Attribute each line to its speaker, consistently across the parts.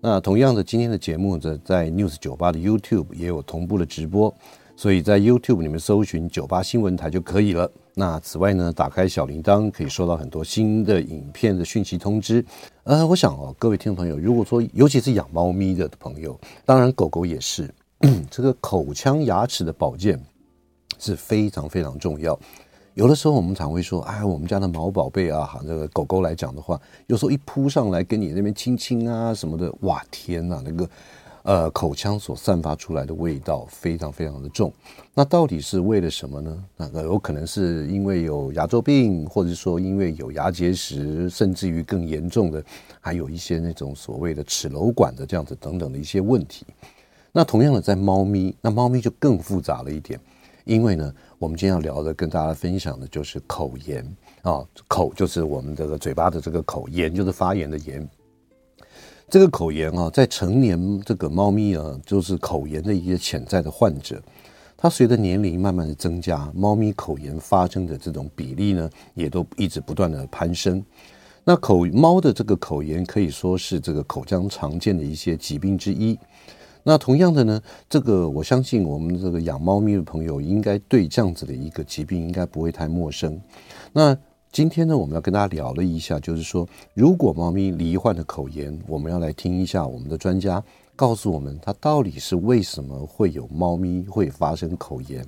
Speaker 1: 那同样的，今天的节目呢，在 News 九八的 YouTube 也有同步的直播，所以在 YouTube 里面搜寻九八新闻台就可以了。那此外呢，打开小铃铛可以收到很多新的影片的讯息通知。呃，我想哦，各位听众朋友，如果说尤其是养猫咪的朋友，当然狗狗也是， 这个口腔牙齿的保健是非常非常重要。有的时候我们常会说，哎，我们家的毛宝贝啊，哈这个狗狗来讲的话，有时候一扑上来跟你那边亲亲啊什么的，哇，天呐，那个呃口腔所散发出来的味道非常非常的重。那到底是为了什么呢？那个有可能是因为有牙周病，或者说因为有牙结石，甚至于更严重的，还有一些那种所谓的齿瘘管的这样子等等的一些问题。那同样的，在猫咪，那猫咪就更复杂了一点，因为呢，我们今天要聊的跟大家分享的就是口炎啊、口就是我们这个嘴巴的这个口，炎就是发炎的炎。这个口炎啊，在成年这个猫咪啊，就是口炎的一些潜在的患者，它随着年龄慢慢的增加，猫咪口炎发生的这种比例呢，也都一直不断的攀升。那口猫的这个口炎可以说是这个口腔常见的一些疾病之一。那同样的呢，这个我相信我们这个养猫咪的朋友应该对这样子的一个疾病应该不会太陌生。那今天呢，我们要跟大家聊了一下，就是说，如果猫咪罹患了口炎，我们要来听一下我们的专家告诉我们，它到底是为什么会有猫咪会发生口炎，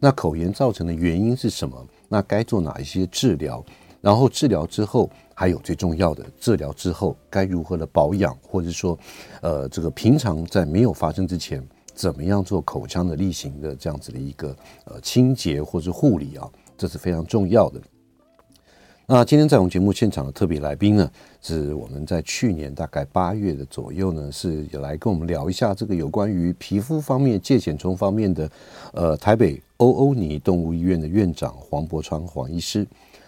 Speaker 1: 那口炎造成的原因是什么？那该做哪一些治疗？然后治疗之后，还有最重要的，治疗之后该如何的保养，或者说，呃，这个平常在没有发生之前，怎么样做口腔的例行的这样子的一个呃清洁或是护理啊，这是非常重要的。那今天在我们节目现场的特别来宾呢，是我们在去年大概八月的左右呢，是也来跟我们聊一下这个有关于皮肤方面、疥癣虫方面的，呃，台北欧欧尼动物医院的院长黄伯川黄医师。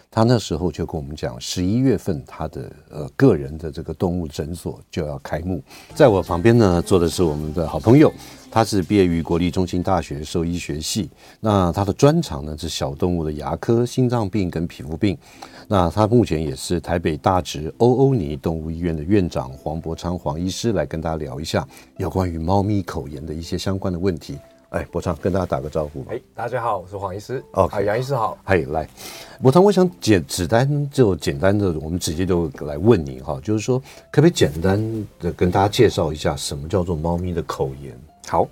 Speaker 1: 他那时候就跟我们讲，十一月份他的呃个人的这个动物诊所就要开幕。在我旁边呢坐的是我们的好朋友，他是毕业于国立中兴大学兽医学系，那他的专长呢是小动物的牙科、心脏病跟皮肤病。那他目前也是台北大直欧欧尼动物医院的院长黄伯昌黄医师来跟大家聊一下有关于猫咪口炎的一些相关的问题。哎，伯昌跟大家打个招呼吧。
Speaker 2: 哎，大家好，我是黄医师。
Speaker 1: OK
Speaker 2: 啊，杨医师好。
Speaker 1: 嗨，来，我常我想简简单就简单的，我们直接就来问你哈，就是说，可不可以简单的跟大家介绍一下什么叫做猫咪的口炎？
Speaker 2: 好，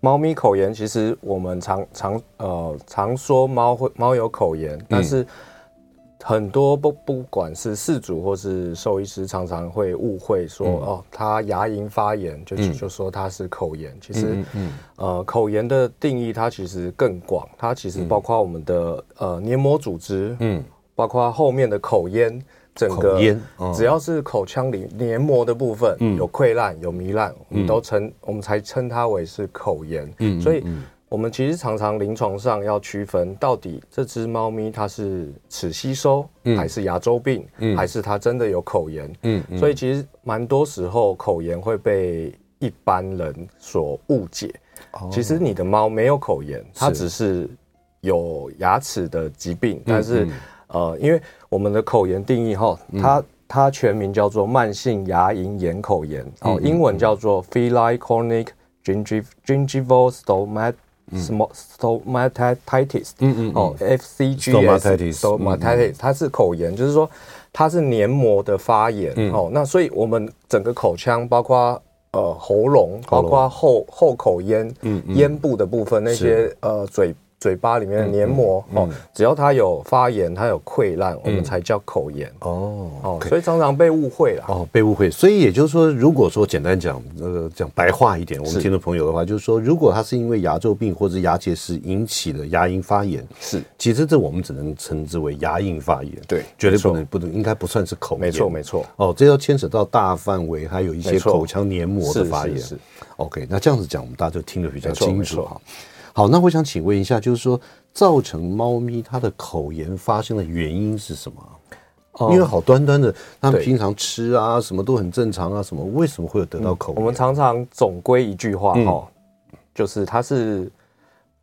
Speaker 2: 猫咪口炎其实我们常常呃常说猫会猫有口炎，但是很多不不管是饲主或是兽医师，常常会误会说、哦，它牙龈发炎，就、就说它是口炎。其实，呃，口炎的定义它其实更广，它其实包括我们的、呃黏膜组织，嗯，包括后面的口咽。整个
Speaker 1: 口咽哦
Speaker 2: 只要是口腔里黏膜的部分、有溃烂、有糜烂，我们都称、我们才称它为是口炎。所以我们其实常常临床上要区分，到底这只猫咪它是齿吸收，还是牙周病，还是它真的有口炎。所以其实蛮多时候口炎会被一般人所误解。其实你的猫没有口炎，它只是有牙齿的疾病，但是、呃，因为我们的口炎定义哈，它它全名叫做慢性牙龈炎口炎，哦，英文叫做 feline chronic gingiv gingival stomat。stomatitis，嗯嗯，哦，FCGS，
Speaker 1: Stomatitis，嗯
Speaker 2: stomatitis，它是口炎，就是说它是黏膜的发炎，
Speaker 1: 嗯
Speaker 2: 哦，那所以我们整个口腔包括。
Speaker 1: 嗯
Speaker 2: 呃，喉咙包括后后口咽、咽部的部分，那些呃嘴嘴巴里面的黏膜
Speaker 1: 嗯
Speaker 2: 哦，只要它有发炎，它有溃烂，我们才叫口炎
Speaker 1: 哦
Speaker 2: 哦，所以常常被误会啦。
Speaker 1: 哦，被误会。所以也就是说，如果说简单讲，呃，讲白话一点，我们听众朋友的话，就是说，如果他是因为牙周病或者牙结石引起的牙龈发炎，
Speaker 2: 是，
Speaker 1: 其实这我们只能称之为牙龈发炎，
Speaker 2: 对
Speaker 1: 绝对
Speaker 2: 没错
Speaker 1: 不能不能，应该不算是口炎，
Speaker 2: 没错没错。
Speaker 1: 哦，这要牵扯到大范围，还有一些
Speaker 2: 没错
Speaker 1: 口腔黏膜的
Speaker 2: 是
Speaker 1: 发
Speaker 2: 是
Speaker 1: 炎。
Speaker 2: 是
Speaker 1: OK，那这样子讲，我们大家就听得比较
Speaker 2: 没错
Speaker 1: 清
Speaker 2: 没
Speaker 1: 楚
Speaker 2: 错
Speaker 1: 哈。好，那我想请问一下，就是说造成猫咪它的口炎发生的原因是什么？
Speaker 2: 哦
Speaker 1: 因为好端端的，它们
Speaker 2: 对
Speaker 1: 平常吃啊，什么都很正常啊，什么为什么会有得到口炎？
Speaker 2: 嗯我们常常总归一句话哦，就是它是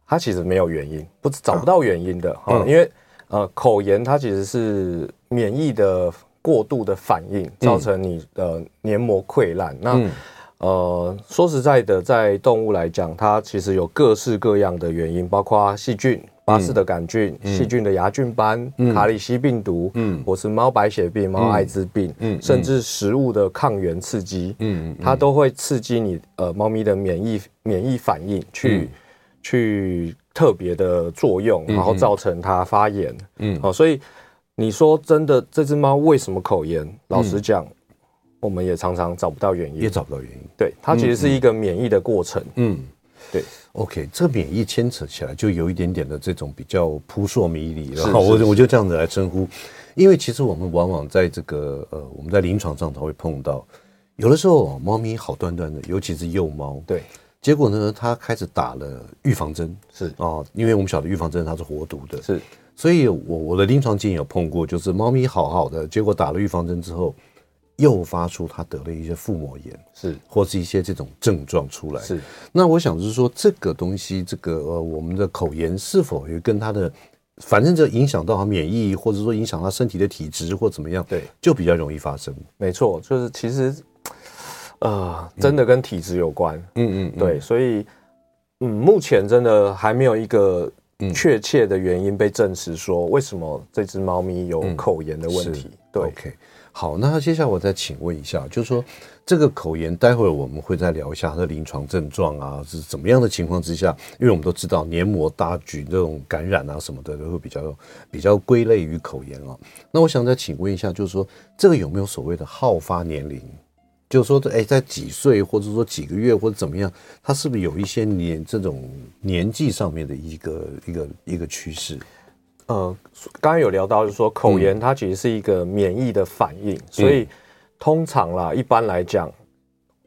Speaker 2: 它其实没有原因，不是找不到原因的哦，因为呃口炎它其实是免疫的过度的反应，造成你呃黏膜溃烂。那呃说实在的，在动物来讲，它其实有各式各样的原因，包括细菌。巴氏的杆菌、细菌的牙菌斑、卡里西病毒，嗯，或是猫白血病、猫艾滋病，嗯，甚至食物的抗原刺激，嗯，它都会刺激你呃猫咪的免疫免疫反应，去、去特别的作用，然后造成它发炎，嗯，好、所以你说真的，这只猫为什么口炎？老实讲，我们也常常找不到原
Speaker 1: 也
Speaker 2: 因，
Speaker 1: 找不到原因。
Speaker 2: 对，它其实是一个免疫的过程，
Speaker 1: 嗯，
Speaker 2: 对。
Speaker 1: OK，这免疫牵扯起来就有一点点的这种比较扑朔迷离了，
Speaker 2: 是
Speaker 1: 好我
Speaker 2: 是
Speaker 1: 就我就这样子来称呼，因为其实我们往往在这个呃我们在临床上才会碰到，有的时候哦猫咪好端端的，尤其是幼猫，
Speaker 2: 对，
Speaker 1: 结果呢它开始打了预防针
Speaker 2: 是
Speaker 1: 哦，因为我们晓得预防针它是活毒的，
Speaker 2: 是
Speaker 1: 所以我我的临床经验有碰过，就是猫咪好好的，结果打了预防针之后，诱发出它得了一些腹膜炎
Speaker 2: 是
Speaker 1: 或是一些这种症状出来，
Speaker 2: 是，
Speaker 1: 那我想是说，这个东西，这个呃，我们的口炎是否也跟他的，反正这影响到他免疫，或者说影响他身体的体质或怎么样，
Speaker 2: 对，
Speaker 1: 就比较容易发生。
Speaker 2: 没错，就是其实，呃，真的跟体质有关，
Speaker 1: 嗯嗯，
Speaker 2: 对，所以，嗯，目前真的还没有一个
Speaker 1: 嗯
Speaker 2: 确切的原因被证实，说为什么这只猫咪有口炎的问题。对
Speaker 1: 嗯 OK，好，那接下来我再请问一下，就是说这个口炎，待会儿我们会再聊一下它的临床症状啊，是怎么样的情况之下？因为我们都知道黏膜搭局这种感染啊什么的，都会比较比较归类于口炎啊。那我想再请问一下，就是说这个有没有所谓的好发年龄？就是说，哎，在几岁，或者说几个月，或者怎么样，它是不是有一些年这种年纪上面的一个一个一个趋势？
Speaker 2: 呃，刚刚有聊到，就是说
Speaker 1: 嗯
Speaker 2: 口炎它其实是一个免疫的反应，所以通常啦，一般来讲，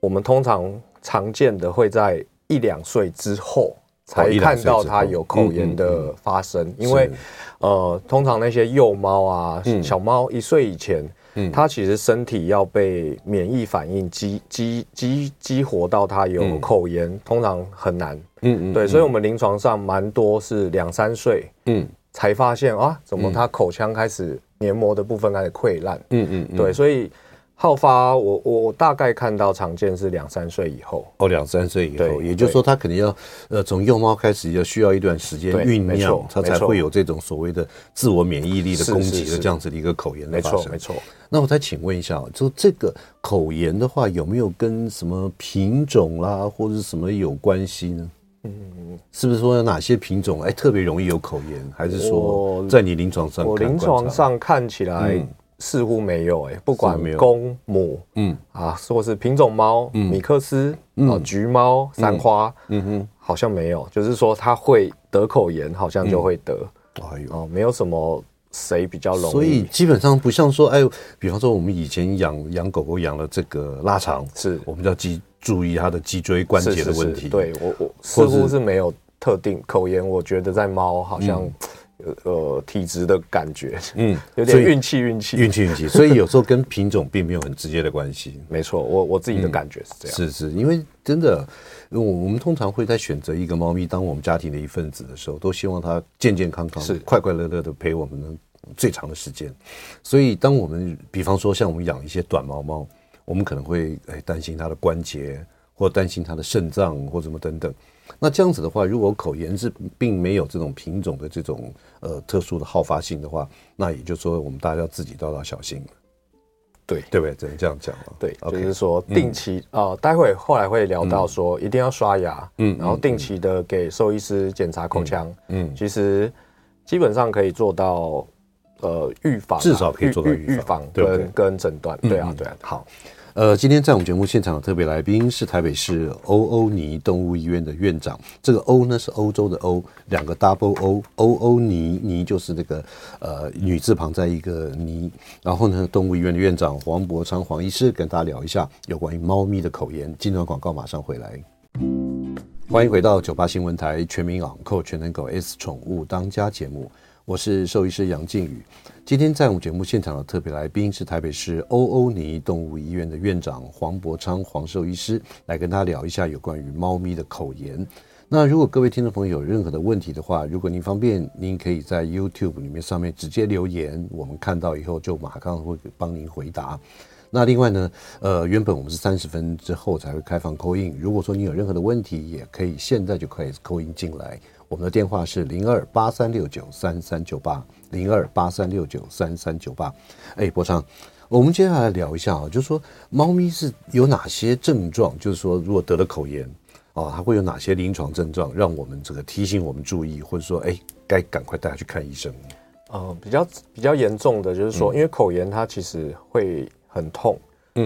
Speaker 2: 我们通常常见的会在一两岁之后
Speaker 1: 哦
Speaker 2: 才
Speaker 1: 一两岁
Speaker 2: 看
Speaker 1: 之后
Speaker 2: 到它有口
Speaker 1: 嗯
Speaker 2: 炎
Speaker 1: 嗯
Speaker 2: 的发生，因为呃，通常那些幼猫啊、
Speaker 1: 嗯
Speaker 2: 小猫一岁以前。它其实身体要被免疫反应激激激激活到它有口炎，通常很难。
Speaker 1: 嗯
Speaker 2: 对，所以我们临床上蛮多是两三岁，
Speaker 1: 嗯
Speaker 2: 才发现啊，怎么他口腔开始黏膜的部分开始溃烂？
Speaker 1: 嗯嗯嗯，
Speaker 2: 对，所以好发我我我大概看到常见是两三岁以后，
Speaker 1: 哦，两三岁以后，
Speaker 2: 对
Speaker 1: 也就是说，它可能要呃，从幼猫开始要需要一段时间
Speaker 2: 对
Speaker 1: 酝
Speaker 2: 没
Speaker 1: 酿
Speaker 2: 错，
Speaker 1: 它才
Speaker 2: 没错
Speaker 1: 会有这种所谓的自我免疫力的
Speaker 2: 是
Speaker 1: 攻
Speaker 2: 是
Speaker 1: 击的
Speaker 2: 是
Speaker 1: 这样子的一个口炎的
Speaker 2: 没
Speaker 1: 发
Speaker 2: 错
Speaker 1: 生
Speaker 2: 没。错。
Speaker 1: 那我再请问一下，哦就这个口炎的话，有没有跟什么品种啦，或者是什么有关系呢？嗯，是不是说有哪些品种哎特别容易有口炎，还是说
Speaker 2: 我
Speaker 1: 在你临床上
Speaker 2: 我
Speaker 1: 看
Speaker 2: 临
Speaker 1: 观
Speaker 2: 床
Speaker 1: 察
Speaker 2: 上看起来似乎没有哎、不管
Speaker 1: 似乎没有
Speaker 2: 公母
Speaker 1: 嗯
Speaker 2: 啊，或是品种猫、米克斯、啊橘猫、三花，嗯哼，好像没有，就是说它会得口炎，好像就会得
Speaker 1: 哎呦，
Speaker 2: 哦，没有什么谁比较容易。
Speaker 1: 所以基本上不像说，哎，比方说我们以前养养狗狗养了这个腊肠，
Speaker 2: 是
Speaker 1: 我们就要记注意它的脊椎关
Speaker 2: 是
Speaker 1: 节的
Speaker 2: 是
Speaker 1: 问
Speaker 2: 是
Speaker 1: 题。
Speaker 2: 对我我
Speaker 1: 或
Speaker 2: 似
Speaker 1: 是
Speaker 2: 乎是没有特定口炎，我觉得在猫好像、呃呃体质的感觉，
Speaker 1: 嗯，
Speaker 2: 有
Speaker 1: 所以
Speaker 2: 点运气运气。
Speaker 1: 运气运气，所以有时候跟品种并没有很直接的关系。
Speaker 2: 没错，我我自己的
Speaker 1: 嗯
Speaker 2: 感觉是这样。
Speaker 1: 是是，因为真的，我我们通常会在选择一个猫咪当我们家庭的一份子的时候，都希望它健健康康
Speaker 2: 是、
Speaker 1: 快快乐乐的陪我们能最长的时间。所以，当我们比方说像我们养一些短毛猫，我们可能会哎担心它的关节，或担心它的肾脏或什么等等。那这样子的话，如果口炎是并没有这种品种的这种呃特殊的好发性的话，那也就是说我们大家要自己都要小心了。
Speaker 2: 对。
Speaker 1: 对不对？只能这样讲了。
Speaker 2: 对
Speaker 1: OK
Speaker 2: 就是说定期呃，待会后来会聊到说一定要刷牙，
Speaker 1: 嗯
Speaker 2: 嗯，然后定期的给兽医师检查口腔，
Speaker 1: 嗯，
Speaker 2: 其实基本上可以做到呃预防啊，
Speaker 1: 至少可以做到预
Speaker 2: 预
Speaker 1: 防
Speaker 2: 防
Speaker 1: 对不对嗯
Speaker 2: 跟跟诊断，对啊对啊，
Speaker 1: 好，呃，今天在我们节目现场的特别来宾是台北市欧欧尼动物医院的院长。这个欧呢是欧洲的欧，两个 double O，欧欧尼尼就是那个呃女字旁在一个尼。然后呢，动物医院的院长黄伯昌黄医师跟大家聊一下有关于猫咪的口炎。今段广告马上回来。欢迎回到九八新闻台《全民养扣全能狗 S 宠物当家》节目，我是兽医师杨靖宇。今天在我们节目现场的特别来宾是台北市欧欧尼动物医院的院长黄伯昌黄兽医师，来跟他聊一下有关于猫咪的口炎。那如果各位听众朋友有任何的问题的话，如果您方便，您可以在 YouTube 里面上面直接留言，我们看到以后就马上会帮您回答。那另外呢，呃，原本我们是三十分之后才会开放 call in。如果说你有任何的问题，也可以现在就可以 call in 进来。我们的电话是零二八三六九三三九八零二八三六九三三九八。哎，博昌，我们接下来聊一下啊，就是说猫咪是有哪些症状？就是说，如果得了口炎哦，它会有哪些临床症状，让我们这个提醒我们注意，或者说，哎，该赶快带它去看医生。
Speaker 2: 呃，比较比较严重的就
Speaker 1: 嗯
Speaker 2: 是说，因为口炎它其实会很痛，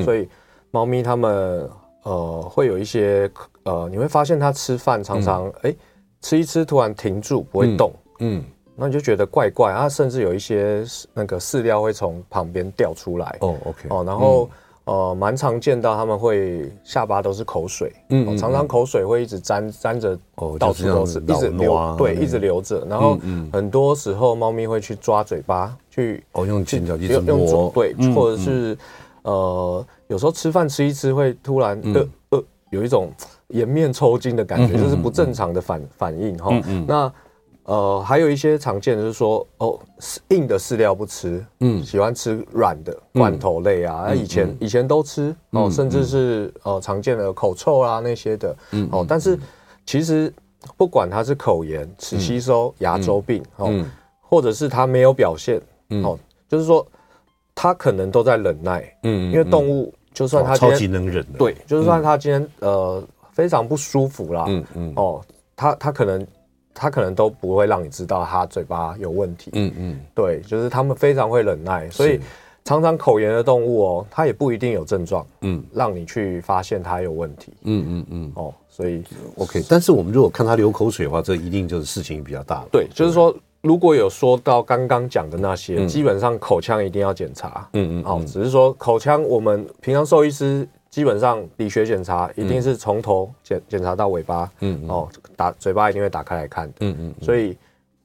Speaker 2: 所以猫咪它们呃会有一些呃，你会发现它吃饭常常哎、诶吃一吃突然停住不会动，
Speaker 1: 嗯，
Speaker 2: 那、你就觉得怪怪，它甚至有一些那个饲料会从旁边掉出来
Speaker 1: 哦，OK，
Speaker 2: 哦，然后、呃蛮常见到它们会下巴都是口水，
Speaker 1: 嗯
Speaker 2: 哦
Speaker 1: 嗯
Speaker 2: 常常口水会一直沾沾着
Speaker 1: 哦
Speaker 2: 到
Speaker 1: 就是
Speaker 2: 处都
Speaker 1: 这
Speaker 2: 是，
Speaker 1: 样
Speaker 2: 一直
Speaker 1: 老
Speaker 2: 流、
Speaker 1: 脓啊嗯
Speaker 2: 对，
Speaker 1: 那
Speaker 2: 一直流着，然后很多时候猫咪会去抓嘴巴去。
Speaker 1: 哦，用前脚一直
Speaker 2: 用用
Speaker 1: 磨
Speaker 2: 左，对，或者是呃，有时候吃饭吃一吃会突然呃呃有一种颜面抽筋的感觉，就是不正常的反反应哈。那呃，还有一些常见的就是说，哦，是硬的饲料不吃，嗯，喜欢吃软的罐头类啊。那以前以前都吃哦，甚至是呃常见的口臭啊那些的，哦，但是其实不管它是口炎、齿吸收、牙周病哦，或者是它没有表现，哦，就是说它可能都在忍耐，
Speaker 1: 嗯哦
Speaker 2: 因为动物就算它今
Speaker 1: 超
Speaker 2: 天
Speaker 1: 级能忍的，
Speaker 2: 对，就算它今天呃非常不舒服啦，
Speaker 1: 嗯嗯
Speaker 2: 哦，它它可能它可能都不会让你知道它嘴巴有问题，
Speaker 1: 嗯嗯，
Speaker 2: 对，就是它们非常会忍耐，所以常常口炎的动物哦，它也不一定有症状，
Speaker 1: 嗯
Speaker 2: 嗯，让你去发现它有问题，
Speaker 1: 嗯嗯嗯
Speaker 2: 哦，所以
Speaker 1: ，OK。但是我们如果看它流口水的话，这一定就是事情比较大了。
Speaker 2: 对，就是说。如果有说到刚刚讲的那些，基本上口腔一定要检查。
Speaker 1: 嗯嗯，
Speaker 2: 哦，只是说口腔，我们平常兽医师基本上理学检查一定是从头检检查到尾巴，
Speaker 1: 嗯
Speaker 2: 嗯，哦，打嘴巴一定会打开来看的，
Speaker 1: 嗯嗯。
Speaker 2: 所以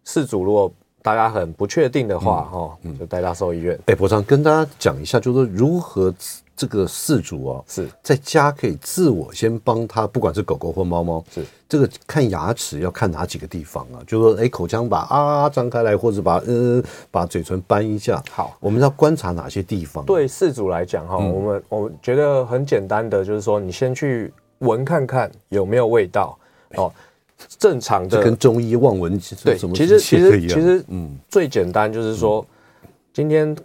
Speaker 2: 事主如果大家很不确定的话，哦，
Speaker 1: 嗯
Speaker 2: 就带到兽医院。
Speaker 1: 哎，博昌跟大家讲一下，就是说如何这个饲主啊，
Speaker 2: 是
Speaker 1: 在家可以自我先帮它，不管是狗狗或猫猫，
Speaker 2: 是
Speaker 1: 这个看牙齿要看哪几个地方啊？就说哎，口腔把啊张开来，或者把呃把嘴唇扳一下。
Speaker 2: 好
Speaker 1: 我们要观察哪些地方？，
Speaker 2: 对事主来
Speaker 1: 嗯
Speaker 2: 讲，哈、哦我们我觉得很简单的，就是说你先去闻看看有没有味道，哦，正常
Speaker 1: 这
Speaker 2: 的
Speaker 1: 跟中医望闻
Speaker 2: 对，
Speaker 1: 什么
Speaker 2: 其实其
Speaker 1: 切
Speaker 2: 实
Speaker 1: 一
Speaker 2: 其
Speaker 1: 样
Speaker 2: 实，
Speaker 1: 嗯
Speaker 2: 嗯，最简单就是说，今天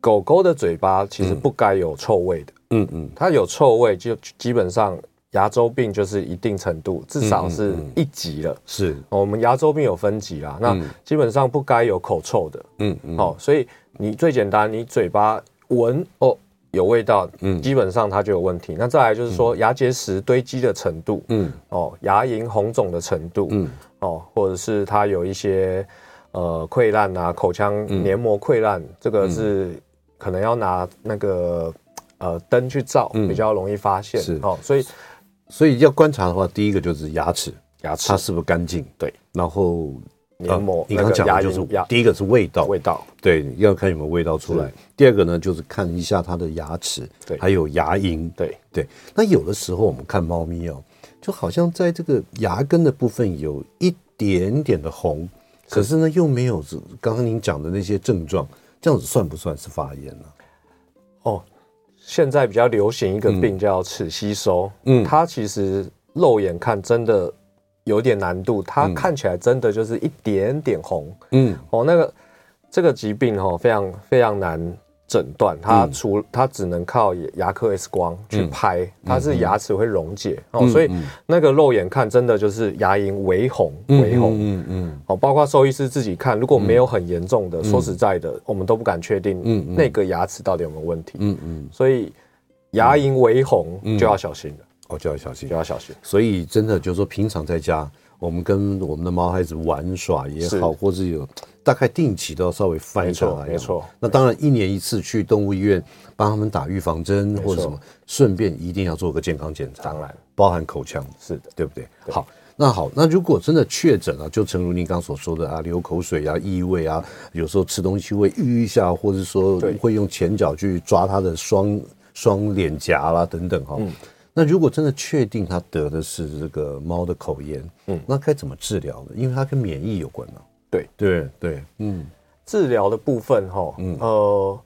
Speaker 2: 狗狗的嘴巴其实不该有臭味的，
Speaker 1: 嗯嗯
Speaker 2: 它有臭味就基本上牙周病就是一定程度，至少是一级了。
Speaker 1: 是
Speaker 2: 哦我们牙周病有分级啦，那基本上不该有口臭的，
Speaker 1: 嗯嗯
Speaker 2: 哦，所以你最简单，你嘴巴闻哦有味道，嗯，基本上它就有问题。那再来就是说牙结石堆积的程度，
Speaker 1: 嗯
Speaker 2: 哦，牙龈红肿的程度，
Speaker 1: 嗯
Speaker 2: 哦，或者是它有一些呃溃烂啊，口腔
Speaker 1: 嗯
Speaker 2: 黏膜溃烂，这个是可能要拿那个呃灯去照，比较容易发现
Speaker 1: 嗯是
Speaker 2: 哦，所以
Speaker 1: 所以要观察的话，第一个就是牙齿，
Speaker 2: 牙
Speaker 1: 它是不是干净？
Speaker 2: 对，
Speaker 1: 然后呃
Speaker 2: 黏膜
Speaker 1: 你
Speaker 2: 那
Speaker 1: 刚
Speaker 2: 个
Speaker 1: 讲
Speaker 2: 牙
Speaker 1: 的就
Speaker 2: 龈
Speaker 1: 是
Speaker 2: 牙
Speaker 1: 第一个是味道，
Speaker 2: 味道
Speaker 1: 对，要看有没有味道出来
Speaker 2: 是。
Speaker 1: 第二个呢，就是看一下它的牙齿，
Speaker 2: 对
Speaker 1: 还有牙龈，
Speaker 2: 对
Speaker 1: 对。那有的时候我们看猫咪哦，就好像在这个牙根的部分有一点点的红，可是呢又没有这刚刚您讲的那些症状，这样子算不算是发炎呢、
Speaker 2: 哦。现在比较流行一个病叫齿吸收，
Speaker 1: 嗯
Speaker 2: 嗯，它其实肉眼看真的有点难度，它看起来真的就是一点点红，
Speaker 1: 嗯，
Speaker 2: 哦，那个这个疾病哦，非常非常难诊断，
Speaker 1: 嗯
Speaker 2: 它除它只能靠牙科 X 光去拍，它
Speaker 1: 嗯
Speaker 2: 是牙齿会溶解哦，所以那个肉眼看真的就是牙龈微红微红
Speaker 1: 嗯嗯
Speaker 2: 哦，包括兽医师自己看，如果没有很严重的，说实在的，我们都不敢确定那个牙齿到底有没有问题，
Speaker 1: 嗯嗯，
Speaker 2: 所以牙龈微红就要小心了，
Speaker 1: 哦，就要小心
Speaker 2: 就。要小心。
Speaker 1: 所以真的就是说，平常在家，我们跟我们的毛孩子玩耍也好，
Speaker 2: 是
Speaker 1: 或者有大概定期都要稍微翻一下来。
Speaker 2: 没错没错
Speaker 1: 那当然，一年一次去动物医院帮他们打预防针
Speaker 2: 错
Speaker 1: 或者什么，顺便一定要做个健康检查，
Speaker 2: 当然
Speaker 1: 包含口腔，
Speaker 2: 是的，
Speaker 1: 对不对？好。那好，那如果真的确诊了、就诚如您刚所说的啊，流口水啊、异味啊，有时候吃东西会吁一下，或者说
Speaker 2: 对
Speaker 1: 会用前脚去抓他的双双脸颊啦、等等
Speaker 2: 嗯
Speaker 1: 哈、那如果真的确定他得的是这个猫的口炎，嗯，那该怎么治疗呢？因为它跟免疫有关嘛。
Speaker 2: 对
Speaker 1: 对对，嗯
Speaker 2: 治疗的部分哈，呃，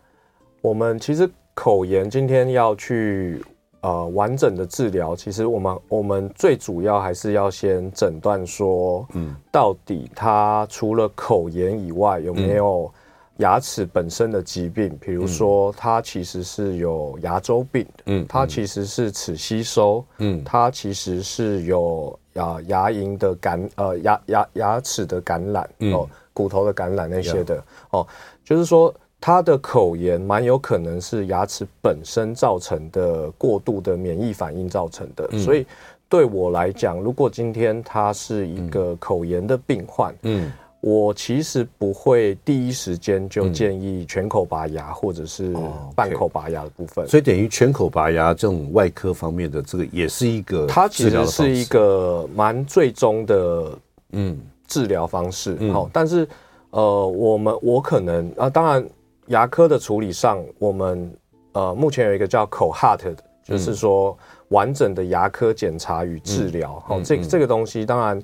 Speaker 2: 我们其实口炎今天要去呃完整的治疗，其实我们我们最主要还是要先诊断说，嗯，到底它除了口炎以外有没有牙齿本身的疾病，比如说它其实是有牙周病的，
Speaker 1: 嗯
Speaker 2: 它其实是齿吸收，
Speaker 1: 嗯
Speaker 2: 它其实是有牙牙龈的感呃牙牙牙齿的感染、
Speaker 1: 嗯
Speaker 2: 哦，骨头的感染那些的哦，就是说它的口炎蛮有可能是牙齿本身造成的过度的免疫反应造成
Speaker 1: 嗯
Speaker 2: 的，所以对我来讲，如果今天他是一个口炎的病患，
Speaker 1: 嗯，
Speaker 2: 我其实不会第一时间就建议全口拔牙或者是
Speaker 1: 哦，OK
Speaker 2: 半口拔牙的部分。
Speaker 1: 所以等于全口拔牙这种外科方面的这个也是一个
Speaker 2: 它其
Speaker 1: 治疗
Speaker 2: 实
Speaker 1: 的方式
Speaker 2: 是一个蛮最终的
Speaker 1: 嗯
Speaker 2: 治疗方式。好、但是呃，我们我可能啊，当然牙科的处理上，我们呃目前有一个叫口 heart 的，就是说完整的牙科检查与治疗。
Speaker 1: 嗯
Speaker 2: 好、这这个东西当然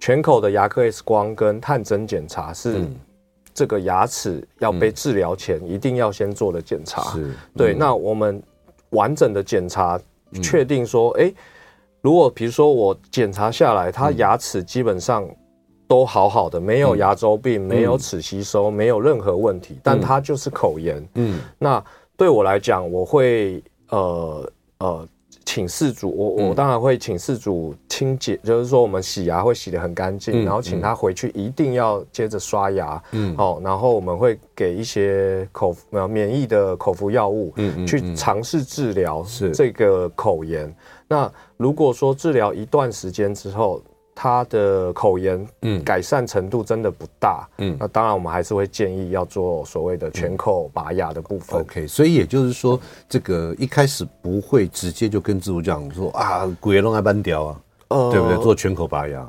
Speaker 2: 全口的牙科 X 光跟探针检查是。
Speaker 1: 嗯
Speaker 2: 这个牙齿要被治疗前，一定要先做的检查。
Speaker 1: 是
Speaker 2: 对，那我们完整的检查，确定说，诶，如果比如说我检查下来，他牙齿基本上都好好的，没有牙周病，没有齿吸收，没有任何问题，但他就是口炎。
Speaker 1: 嗯
Speaker 2: 那对我来讲，我会呃呃。请事主，我我当然会请事主清洁，就是说我们洗牙会洗得很干净，然后请他回去一定要接着刷牙，
Speaker 1: 嗯
Speaker 2: 哦，然后我们会给一些口服呃免疫的口服药物，
Speaker 1: 嗯嗯
Speaker 2: 去尝试治疗
Speaker 1: 是
Speaker 2: 这个口炎。那如果说治疗一段时间之后，他的口炎
Speaker 1: 嗯
Speaker 2: 改善程度真的不大，
Speaker 1: 嗯
Speaker 2: 那当然我们还是会建议要做所谓的全口拔牙的部分。
Speaker 1: OK，所以也就是说，这个一开始不会直接就跟自主讲说啊，鬼弄来搬掉啊，
Speaker 2: 呃
Speaker 1: 对不对？做全口拔牙，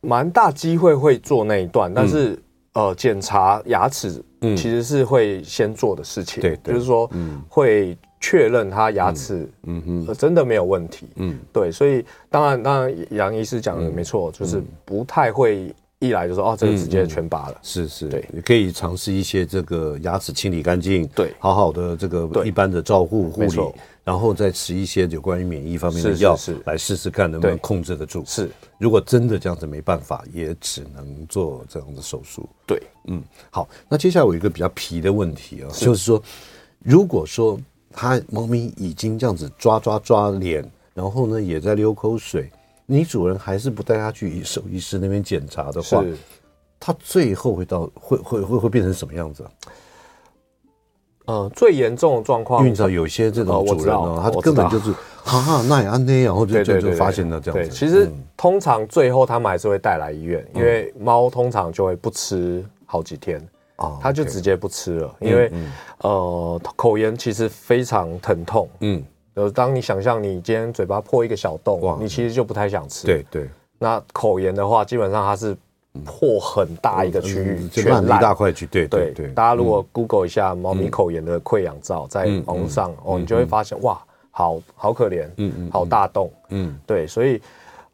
Speaker 2: 蛮大机会会做那一段，但是、呃，检查牙齿
Speaker 1: 嗯
Speaker 2: 其实是会先做的事情，
Speaker 1: 对对
Speaker 2: 就是说、会确认他牙齿、
Speaker 1: 嗯哼，
Speaker 2: 呃真的没有问题，
Speaker 1: 嗯
Speaker 2: 对，所以当然当然杨医师讲的没错，就是不太会一来就说哦，这个直接全拔了，
Speaker 1: 是是，
Speaker 2: 对，
Speaker 1: 也可以尝试一些这个牙齿清理干净，
Speaker 2: 对
Speaker 1: 好好的这个
Speaker 2: 对
Speaker 1: 一般的照护护
Speaker 2: 没
Speaker 1: 理
Speaker 2: 错，
Speaker 1: 然后再吃一些有关于免疫方面的
Speaker 2: 是是
Speaker 1: 药
Speaker 2: 是
Speaker 1: 来试试看能不能
Speaker 2: 对
Speaker 1: 控制得住。
Speaker 2: 是
Speaker 1: 如果真的这样子没办法，也只能做这样的手术。
Speaker 2: 对，
Speaker 1: 嗯，好，那接下来我有一个比较皮的问题啊，就是说，如果说它猫咪已经这样子抓抓抓脸，然后呢也在流口水，你主人还是不带它去兽医师那边检查的话，
Speaker 2: 是。
Speaker 1: 它最后会到会会会会变成什么样子、啊？
Speaker 2: 呃，最严重的状
Speaker 1: 因为
Speaker 2: 况
Speaker 1: 你知道有些这
Speaker 2: 哦
Speaker 1: 种
Speaker 2: 我
Speaker 1: 主
Speaker 2: 知
Speaker 1: 人
Speaker 2: 道
Speaker 1: 哦，
Speaker 2: 我
Speaker 1: 他
Speaker 2: 知
Speaker 1: 根本
Speaker 2: 道
Speaker 1: 就是哈哈那也安内，然后就
Speaker 2: 对
Speaker 1: 就
Speaker 2: 对
Speaker 1: 就
Speaker 2: 对，
Speaker 1: 发现了这样
Speaker 2: 对，
Speaker 1: 子。嗯
Speaker 2: 其实通常最后他们还是会带来医院，因为猫通常就会不吃好几天，
Speaker 1: 啊
Speaker 2: 它就直接不吃了，因为呃口炎其实非常疼痛。
Speaker 1: 嗯，
Speaker 2: 呃，当你想象你今天嘴巴破一个小
Speaker 1: 哇
Speaker 2: 洞，你其实就不太想吃。，
Speaker 1: 对对，
Speaker 2: 那口炎的话，基本上它是破很大一个区域，
Speaker 1: 就
Speaker 2: 全
Speaker 1: 烂了一大块去，对
Speaker 2: 对
Speaker 1: 对对，
Speaker 2: 大家如果 Google 一下猫咪口炎的溃疡照，在网络上、哦，你就会发现、哇，好好可怜，嗯嗯，好大洞，
Speaker 1: 嗯
Speaker 2: 嗯，对，所以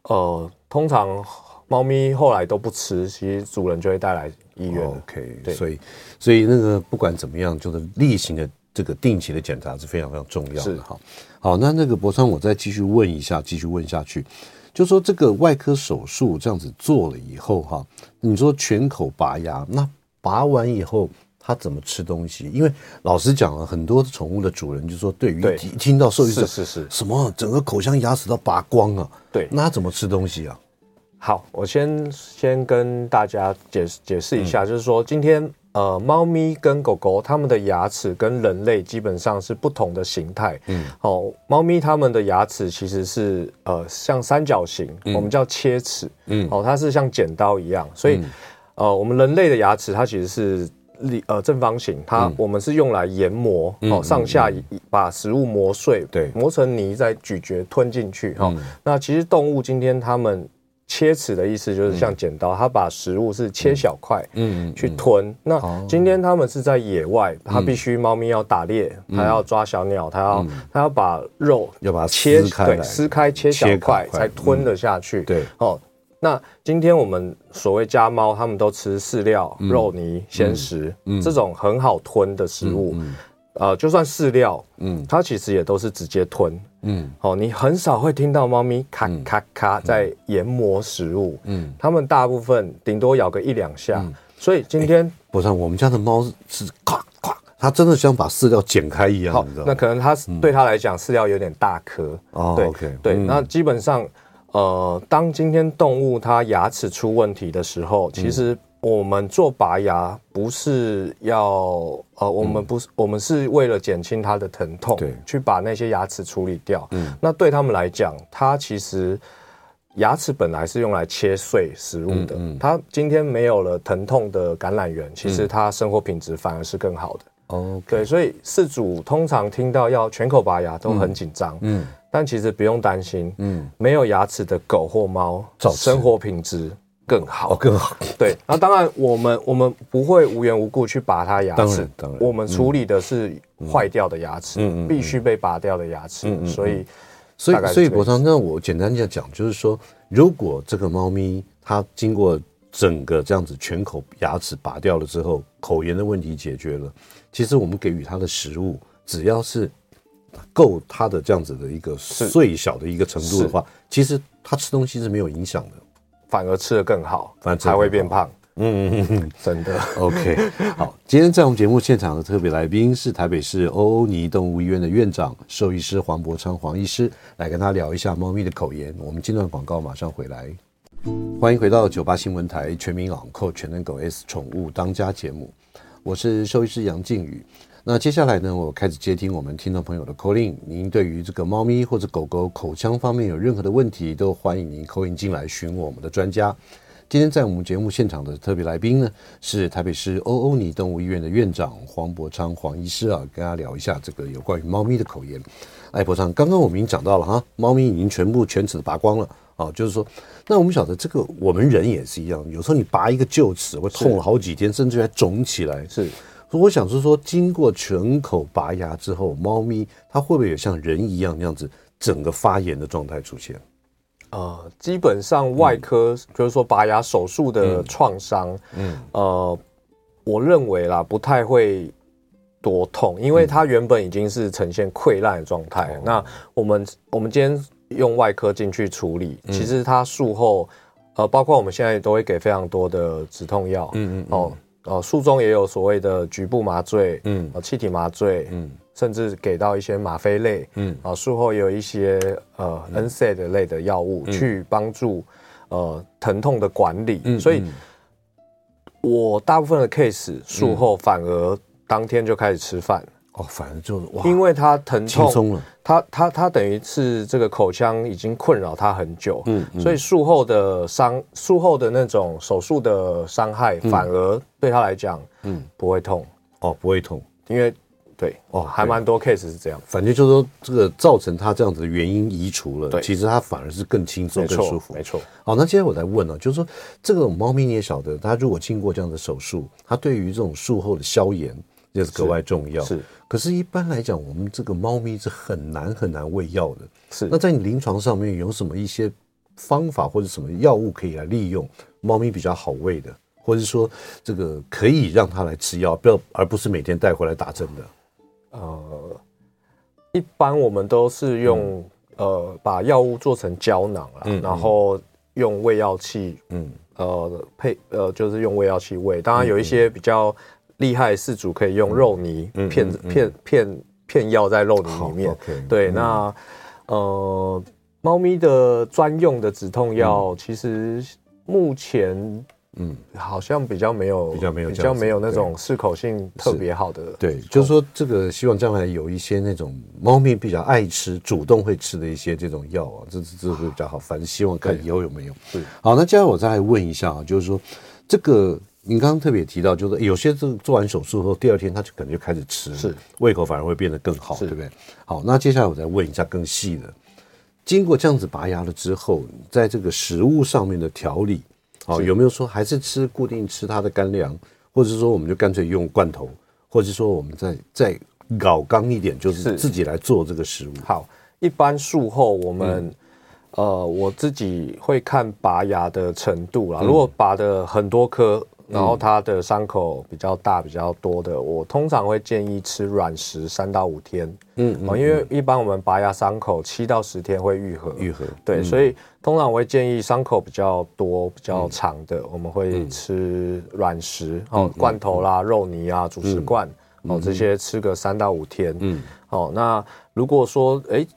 Speaker 2: 呃，通常猫咪后来都不吃，其实主人就会带来医院了。
Speaker 1: 哦 OK，
Speaker 2: 对
Speaker 1: 所以所以那个不管怎么样，就是例行的这个定期的检查是非常非常重要
Speaker 2: 是
Speaker 1: 的哈。好，那那个博川，我再继续问一下，继续问下去，就说这个外科手术这样子做了以后哈，你说全口拔牙，那拔完以后它怎么吃东西。因为老实讲了，啊很多宠物的主人就说，对于
Speaker 2: 对
Speaker 1: 一听到兽医者
Speaker 2: 是是是
Speaker 1: 什么整个口腔牙齿都拔光了，
Speaker 2: 对
Speaker 1: 那它怎么吃东西啊？
Speaker 2: 好，我先先跟大家解释解释一下，就是说今天呃，猫咪跟狗狗它们的牙齿跟人类基本上是不同的形态。嗯，哦，猫咪它们的牙齿其实是呃像三角形，我们叫切齿。嗯，哦，它是像剪刀一样，所以、呃，我们人类的牙齿它其实是。立呃正方形，它我们是用来研磨、哦，上下一把食物磨碎，
Speaker 1: 对
Speaker 2: 磨成泥再咀嚼吞进去哦。那其实动物今天它们切齿的意思就是像
Speaker 1: 嗯
Speaker 2: 剪刀，它把食物是切小块，嗯，去吞。
Speaker 1: 哦
Speaker 2: 那今天它们是在野外，它
Speaker 1: 嗯
Speaker 2: 必须猫咪要打猎，它要抓小鸟，它要它要把肉
Speaker 1: 要把它
Speaker 2: 切
Speaker 1: 撕开
Speaker 2: 对
Speaker 1: 来
Speaker 2: 撕开切小
Speaker 1: 切
Speaker 2: 块
Speaker 1: 小块
Speaker 2: 才吞得下去。
Speaker 1: 对
Speaker 2: 哦。那今天我们所谓家猫，它们都吃饲料、肉泥、鲜食、这种很好吞的食物。呃，就算饲料，嗯，它其实也都是直接吞，嗯，哦，你很少会听到猫咪咔咔咔在研磨食物，嗯，它们大部分顶多咬个一两下，所以今天
Speaker 1: 不是，我们家的猫是咔咔，它真的像把饲料剪开一样，
Speaker 2: 好
Speaker 1: 你知道，
Speaker 2: 那
Speaker 1: 吗？
Speaker 2: 可能它是对它来讲饲料有点大颗，
Speaker 1: 哦
Speaker 2: 对
Speaker 1: OK，
Speaker 2: 对，
Speaker 1: 嗯
Speaker 2: 那基本上，呃，当今天动物它牙齿出问题的时
Speaker 1: 嗯
Speaker 2: 候，其实我们做拔牙不是要，呃，我们不是，我们是为了减轻它的疼痛，
Speaker 1: 嗯对
Speaker 2: 去把那些牙齿处理掉。嗯，那对他们来讲，它其实。牙齿本来是用来切碎食物的，
Speaker 1: 嗯
Speaker 2: 它今天没有了疼痛的感染源，其实它生活品质反而是更好的。
Speaker 1: 哦，
Speaker 2: 对，所以饲主通常听到要全口拔牙都很紧张，嗯，但其实不用担心，嗯，没有牙齿的狗或猫
Speaker 1: 照，吃
Speaker 2: 生活品质更
Speaker 1: 哦
Speaker 2: 好。
Speaker 1: 更好，
Speaker 2: 对，那当然我们我们不会无缘无故去拔它牙齿，
Speaker 1: 当然当然嗯
Speaker 2: 我们处理的是坏掉的牙齿，
Speaker 1: 嗯嗯嗯嗯
Speaker 2: 必须被拔掉的牙齿，所以
Speaker 1: 所
Speaker 2: 大概
Speaker 1: 以，
Speaker 2: 是
Speaker 1: 所以
Speaker 2: 这个意
Speaker 1: 国
Speaker 2: 思
Speaker 1: 昌，那我简单讲讲，就是说，如果这个猫咪它经过整个这样子全口牙齿拔掉了之后，口炎的问题解决了，其实我们给予它的食物，只要是够它的这样子的一个最小的一个程度的话，其实它吃东西是没有影响的。
Speaker 2: 反而吃得更好，
Speaker 1: 反而吃得
Speaker 2: 还会
Speaker 1: 更
Speaker 2: 变胖，
Speaker 1: 嗯嗯嗯
Speaker 2: 真的。
Speaker 1: ，OK，好，今天在我们节目现场的特别来宾是台北市欧欧尼动物医院的院长兽医师黄伯昌黄医师，来跟他聊一下猫咪的口炎。我们进段广告，马上回来。欢迎回到九八新闻台《全民昂扣全能狗 S 宠物当家》节目，我是兽医师杨靖宇。那接下来呢，我开始接听我们听众朋友的 call in。您对于这个猫咪或者狗狗口腔方面有任何的问题，都欢迎您 call in 进来询问我们的专家。今天在我们节目现场的特别来宾呢，是台北市欧欧尼动物医院的院长黄伯昌黄医师啊，跟大家聊一下这个有关于猫咪的口炎。哎，伯昌，刚刚我们已经讲到了哈，猫咪已经全部全齿拔光了啊，就是说，那我们晓得这个我们人也是一样，有时候你拔一个臼齿会痛了好几天，甚至还肿起来。
Speaker 2: 是，
Speaker 1: 所以我想是说，经过全口拔牙之后，猫咪它会不会有像人一样那样子整个发炎的状态出现？
Speaker 2: 呃，基本上外科、
Speaker 1: 嗯
Speaker 2: 就是说拔牙手术的创伤，嗯，呃，我认为啦，不太会多痛，因为它原本已经是呈现溃烂的状态。那我们我们今天用外科进去处理，其实它术后，呃，包括我们现在都会给非常多的止痛药，嗯嗯哦。呃，术中也有所谓的局部麻醉，嗯，呃，气体麻醉，嗯，甚至给到一些吗啡类，嗯，啊，术后也有一些呃 NSAID 类的药物去帮助呃疼痛的管理，所以我大部分的 case 术后反而当天就开始吃饭，
Speaker 1: 哦，反正就是哇，
Speaker 2: 因为他疼
Speaker 1: 轻
Speaker 2: 痛，
Speaker 1: 松了，
Speaker 2: 他他他等于是这个口腔已经困扰他很久，
Speaker 1: 嗯
Speaker 2: 所以术后的伤，术后的那种手术的伤害
Speaker 1: 嗯
Speaker 2: 反而对他来讲，嗯，不会痛，
Speaker 1: 哦，不会痛。
Speaker 2: 因为对
Speaker 1: 哦
Speaker 2: 哦，还
Speaker 1: 对
Speaker 2: 蛮多 case 是这样，
Speaker 1: 反正就是说，这个造成它这样子的原因移除了，
Speaker 2: 对
Speaker 1: 其实它反而是更轻松、
Speaker 2: 没
Speaker 1: 更舒
Speaker 2: 错
Speaker 1: 服，
Speaker 2: 没。错。
Speaker 1: 好，那接下来我再问了、哦就是说这种猫咪你也晓得，它如果经过这样的手术，它对于这种术后的消炎也是格外重要。
Speaker 2: 是
Speaker 1: 可是，一般来讲，我们这个猫咪是很难很难喂药的。
Speaker 2: 是
Speaker 1: 那在你临床上面有什么一些方法或者什么药物可以来利用猫咪比较好喂的，或者是说这个可以让它来吃药，不要而不是每天带回来打针的？
Speaker 2: 呃，一般我们都是用、
Speaker 1: 嗯
Speaker 2: 呃把药物做成胶囊啦，然后用胃药器，嗯，呃配呃就是用胃药器喂。当然有一些比较厉害的饲主可以用肉泥
Speaker 1: 嗯
Speaker 2: 片片片片药在肉泥里面。
Speaker 1: OK，嗯
Speaker 2: 对，那呃，猫咪的专用的止痛药，其实目前
Speaker 1: 嗯，
Speaker 2: 好像比较没有，
Speaker 1: 比较没有
Speaker 2: 比
Speaker 1: 这样
Speaker 2: 较
Speaker 1: 子
Speaker 2: 没有那种适口性特别好的。
Speaker 1: 对，就是说这个希望将来有一些那种猫咪比较爱吃、主动会吃的一些这种药啊，这这这会比较好。反正希望看以后有没有。
Speaker 2: 对，
Speaker 1: 好，那接下来我再问一下啊，就是说这个您刚刚特别提到，就是有些这个做完手术后第二天他就可能就开始吃，
Speaker 2: 是
Speaker 1: 胃口反而会变得更好，
Speaker 2: 是
Speaker 1: 对不对？好，那接下来我再问一下更细的，经过这样子拔牙了之后，在这个食物上面的调理，好、有没有说还是吃固定吃它的干粮，或者是说我们就干脆用罐头，或者是说我们再再搞刚一点，就是
Speaker 2: 是
Speaker 1: 自己来做这个食物，
Speaker 2: 好，一般术后我们、呃，我自己会看拔牙的程度啦。如果拔的很多颗，然后它的伤口比较大、比较多的，我通常会建议吃软食三到五天。
Speaker 1: 嗯
Speaker 2: 嗯因为一般我们拔牙伤口七到十天会愈合。
Speaker 1: 愈合
Speaker 2: 对，所以通常我会建议伤口比较多、比
Speaker 1: 嗯
Speaker 2: 较长的，我们会吃软食，
Speaker 1: 嗯
Speaker 2: 哦，罐头啦、肉泥啊、主食罐，哦，这些吃个三到五天。
Speaker 1: 嗯
Speaker 2: 嗯，哦，那如果说诶